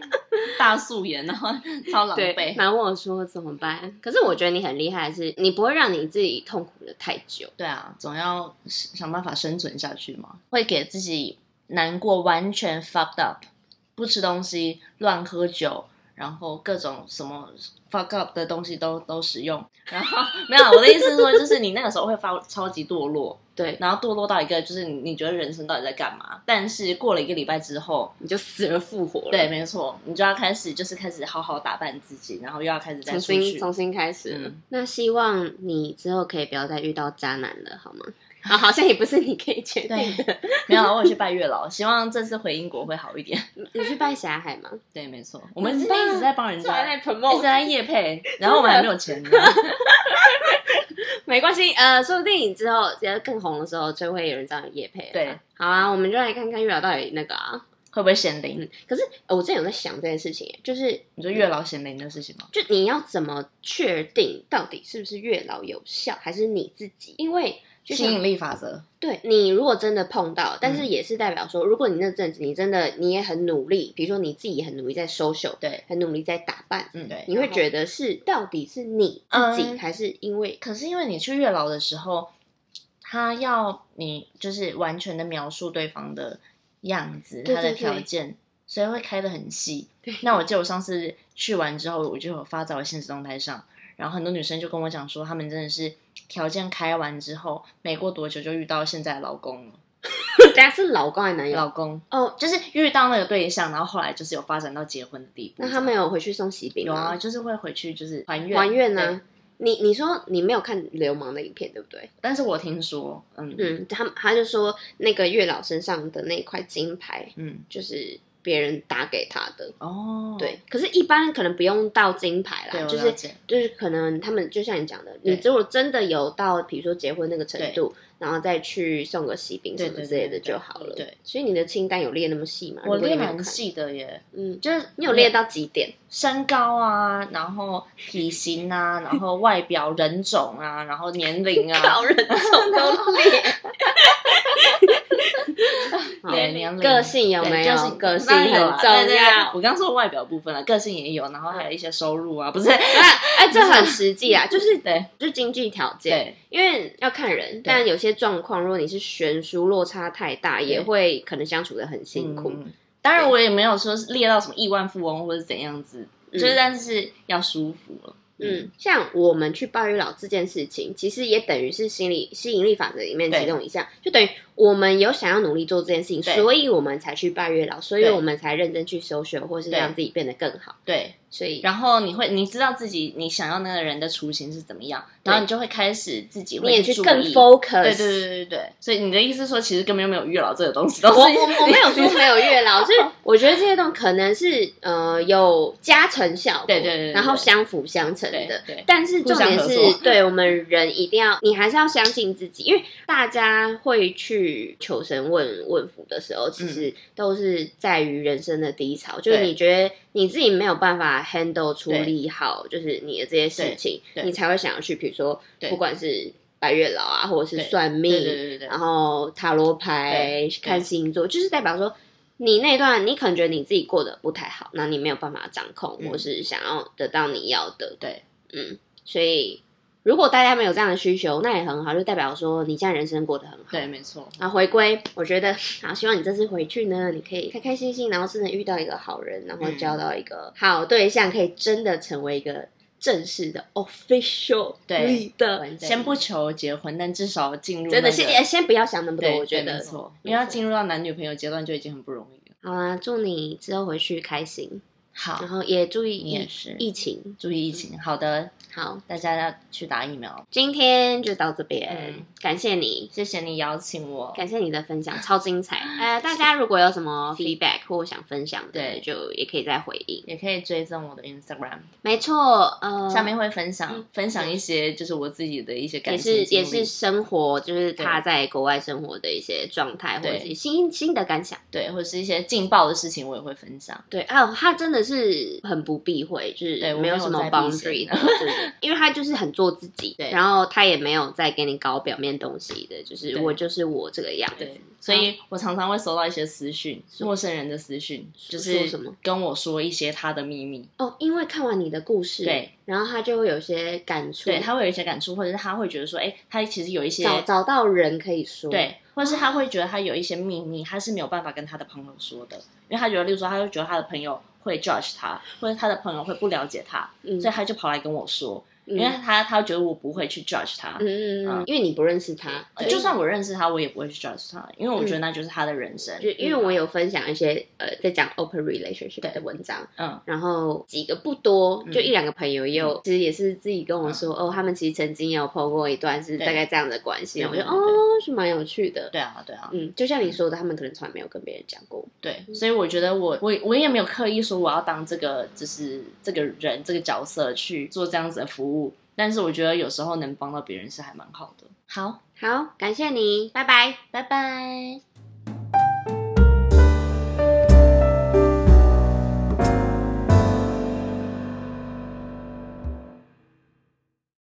B: [LAUGHS] 大素颜，然后超狼
A: 对，
B: 狈。
A: 然后问我说怎么办？可是我觉得你很厉害的是，你不会让你自己痛苦的太久。
B: 对啊，总要想办法生存下去嘛。会给自己难过，完全 fucked up，不吃东西，乱喝酒，然后各种什么 fuck up 的东西都都使用。然后没有啊，我的意思是说，就是你那个时候会发超级堕落，
A: 对，
B: 然后堕落到一个就是你你觉得人生到底在干嘛？但是过了一个礼拜之后，
A: 你就死而复活了。
B: 对，，没错，你就要开始就是开始好好打扮自己，然后又要开始再
A: 重
B: 出
A: 新
B: 去。
A: 重新开始了、
B: 嗯
A: 那希望你之后可以不要再遇到渣男了，好吗？啊、好像也不是你可以决定的。
B: [LAUGHS] 没有啊，我有去拜月老，希望这次回英国会好一点。 [LAUGHS]
A: 你去拜霞海吗？哎啊
B: 对，没错，我们
A: 很
B: 今天一直
A: 棒
B: 啊在帮人家，
A: p r
B: 一直
A: o
B: 在夜配，然后我们还没有钱呢。
A: 没关系，呃，说不定你之后只要更红的时候，就会有人找你夜配。
B: 对，
A: 好啊，我们就来看看月老到底那个啊。
B: 会不会显灵？ [LAUGHS]
A: 嗯，可是、呃我之前有在想这件事情，就是
B: 你说月老显灵的事情吗？
A: 就你要怎么确定到底是不是月老有效，还是你自己？因为就
B: 吸
A: 像
B: 引力嗯法则，
A: 对你如果真的碰到，但是也是代表说，如果你那阵子你真的你也很努力，比如说你自己也很努力在 social，
B: 对，
A: 很努力在打扮，
B: 嗯，对，
A: 你会觉得是到底是你自己，
B: 嗯
A: 还是因为
B: 可是因为你去月老的时候，他要你就是完全的描述对方的样子，
A: 对
B: 他的
A: 对
B: 条
A: 对
B: 件，所以会开的很细
A: [LAUGHS] 对。
B: [LAUGHS] 那我记得我上次去完之后，我就有发在我现实动态上，然后很多女生就跟我讲说，她们真的是条件开完之后，没过多久就遇到现在的老公了，
A: [LAUGHS] 大家是老公还是男友？
B: 嗯老公
A: 哦，
B: 就是遇到那个对象，然后后来就是有发展到结婚的地步。
A: 那他们有回去送喜饼
B: 有啊，
A: 吗？
B: 就是会回去就是还愿
A: 还愿啊
B: 对
A: 呢？你你说你没有看流氓的影片，对不对？
B: 但是我听说，嗯嗯
A: 嗯，他他就说那个月老身上的那块金牌就是别人打给他的。
B: 嗯哦，
A: 对，可是，一般可能不用到金牌
B: 对，
A: 啦，
B: 我
A: 啊就
B: 了
A: 是
B: 解
A: 就是可能他们就像你讲的，
B: 对
A: 你如果真的有到比如说结婚那个程度，然后再去送个喜饼什
B: 对
A: 么
B: 对
A: 之类的
B: 对对
A: 就好了。
B: 对，
A: 所以你的清单有列那么细吗？
B: 我
A: 如果
B: 列
A: 你没有
B: 蛮
A: 看，
B: 细的耶，
A: 嗯，
B: [LAUGHS] 就是
A: 你有列到几
B: [LAUGHS]
A: 点？
B: 身高啊，然后体型啊，然后外表、人种啊，然后年龄啊
A: 高，人种都列， [LAUGHS] 好
B: 对，年龄、
A: 个性有没
B: 对
A: 有？
B: 个性
A: 个性
B: 当然
A: 很
B: 有啊
A: 重
B: 对对对
A: 要。
B: 我刚说外表部分了，个性也有，然后还有一些收入啊，不是？
A: 那哎，这很实际啊， [LAUGHS] 就是
B: 对
A: 就经济条件，
B: 对
A: 因为要看人，但有些状况，如果你是悬殊落差太大，也会可能相处的很辛苦。
B: 嗯当然，我也没有说是列到什么亿万富翁或者怎样子，
A: 嗯
B: 就是但是要舒服了。
A: 嗯，像我们去拜月老这件事情，其实也等于是心理吸引力法则里面
B: 对
A: 其中一项，就等于我们有想要努力做这件事情，
B: 对
A: 所以我们才去拜月老，所以
B: 对
A: 我们才认真去修学，或是
B: 对
A: 让自己变得更好。
B: 对，
A: 所以
B: 然后你会你知道自己你想要那个人的雏形是怎么样，然后你就会开始自己
A: 你也
B: 会
A: 去
B: 注
A: 更
B: 意。
A: focus。
B: 对对对对对，所以你的意思是说，其实根本就没有月老这个东西，都是
A: 我我我没有说没有月老，
B: [LAUGHS]
A: 就是我觉得这些东西可能是呃有加成效果，
B: 对对对对
A: 然后相辅相成
B: 对
A: 的。
B: 对
A: 但是重点
B: 互相合
A: 是
B: 作，
A: 对我们人一定要，你还是要相信自己，因为大家会去求神问问佛的时候，其实都是在于人生的低潮，就是
B: 嗯对
A: 你觉得你自己没有办法 handle 处
B: 对
A: 理好，就是你的这些事情，
B: 对对
A: 你才会想要去，比如说
B: 对
A: 不管是拜月老啊，或者是
B: 对
A: 算命，
B: 对对对对，
A: 然后塔罗牌、
B: 嗯
A: 看星座，就是代表说你那段你可能觉得你自己过得不太好，那你没有办法掌控，
B: 嗯
A: 或是想要得到你要的。
B: 对，
A: 嗯，所以如果大家没有这样的需求，那也很好，就代表说你现在人生过得很好。
B: 对，。没错，
A: 啊，回归，我觉得好，希望你这次回去呢，你可以开开心心，然后真的遇到一个好人，然后
B: 嗯
A: 交到一个好对象，可以真的成为一个正式的 official
B: 对
A: 的，
B: 先不求结婚，但至少进入
A: 真的
B: 那个
A: 先哎先不要想那么多，
B: 对，
A: 我觉
B: 对
A: 得嗯
B: 没错，
A: 没
B: 因为要
A: 错
B: 进入到男女朋友阶段就已经很不容易了。
A: 好啦，祝你之后回去开心，
B: 好
A: 然，后也注意
B: 你也
A: 疫
B: 是
A: 疫情。
B: 注意疫情。好的，
A: 好，
B: 大家要去打疫苗。
A: 今天就到这边，
B: 嗯
A: 感谢你，
B: 谢谢你邀请我，
A: 感谢你的分享，超
B: [LAUGHS]
A: 精彩。呃，大家如果有什么 feedback 或想分享的，
B: 对
A: 就也可以再回应。
B: 也可以追踪我的 Instagram，
A: 没错，呃，
B: 下面会分享
A: 嗯
B: 分享一些就是我自己的一些
A: 也
B: 感情
A: 是也
B: 经历
A: 是生活，就是
B: 对
A: 他在国外生活的一些状态或者
B: 对
A: 是新新的感想。
B: 对，或者是一些劲爆的事情，我也会分享。
A: 对，还有他真的是很不避讳，就是
B: 对我
A: 没有
B: 没有
A: 什么
B: 在避
A: boundary
B: 嫌
A: 的，真的 [LAUGHS] 因为他就是很做自己，
B: 对
A: 然后他也没有在给你搞表面东西的，就是
B: 对
A: 我就是我这个样子
B: 对，，所以我常常会收到一些私讯，陌生人的私讯，就
A: 说
B: 是
A: 什么
B: 跟我说一些他的秘密，
A: 哦，因为看完你的故事，
B: 对，
A: 然后他就会有些感触，
B: 对他会有一些感触，或者是他会觉得说，哎，他其实有一些
A: 找找到人可以说，，
B: 对，或是他会觉得他有一些秘密，他是没有办法跟他的朋友说的，因为他觉得，例如说，他会觉得他的朋友会 judge 他，或者他的朋友会不了解他，
A: 嗯
B: 所以他就跑来跟我说，
A: 嗯
B: 因为他他觉得我不会去 judge 他，
A: 嗯嗯嗯
B: 啊，
A: 因为你不认识他，
B: 就算我认识他，我也不会去 judge 他，因为我觉得那就是他的人生，
A: 嗯就因为我有分享一些呃在讲 open relationship
B: 嗯对
A: 的文章，
B: 嗯，
A: 然后几个不多，
B: 嗯
A: 就一两个朋友也有，其实也是自己跟我说，哦，他们其实曾经也有碰过一段是
B: 对
A: 大概这样的关系，
B: 对
A: 我觉得
B: 对
A: 哦
B: 对
A: 是蛮有趣的。
B: 对啊对啊
A: 嗯，就像你说的，他们可能从来没有跟别人讲过。
B: 对，所以我觉得我我我也没有刻意说我要当这个就是这个人这个角色去做这样子的服务，但是我觉得有时候能帮到别人是还蛮好的。好，
A: 好，感谢你，拜拜。
B: 拜拜。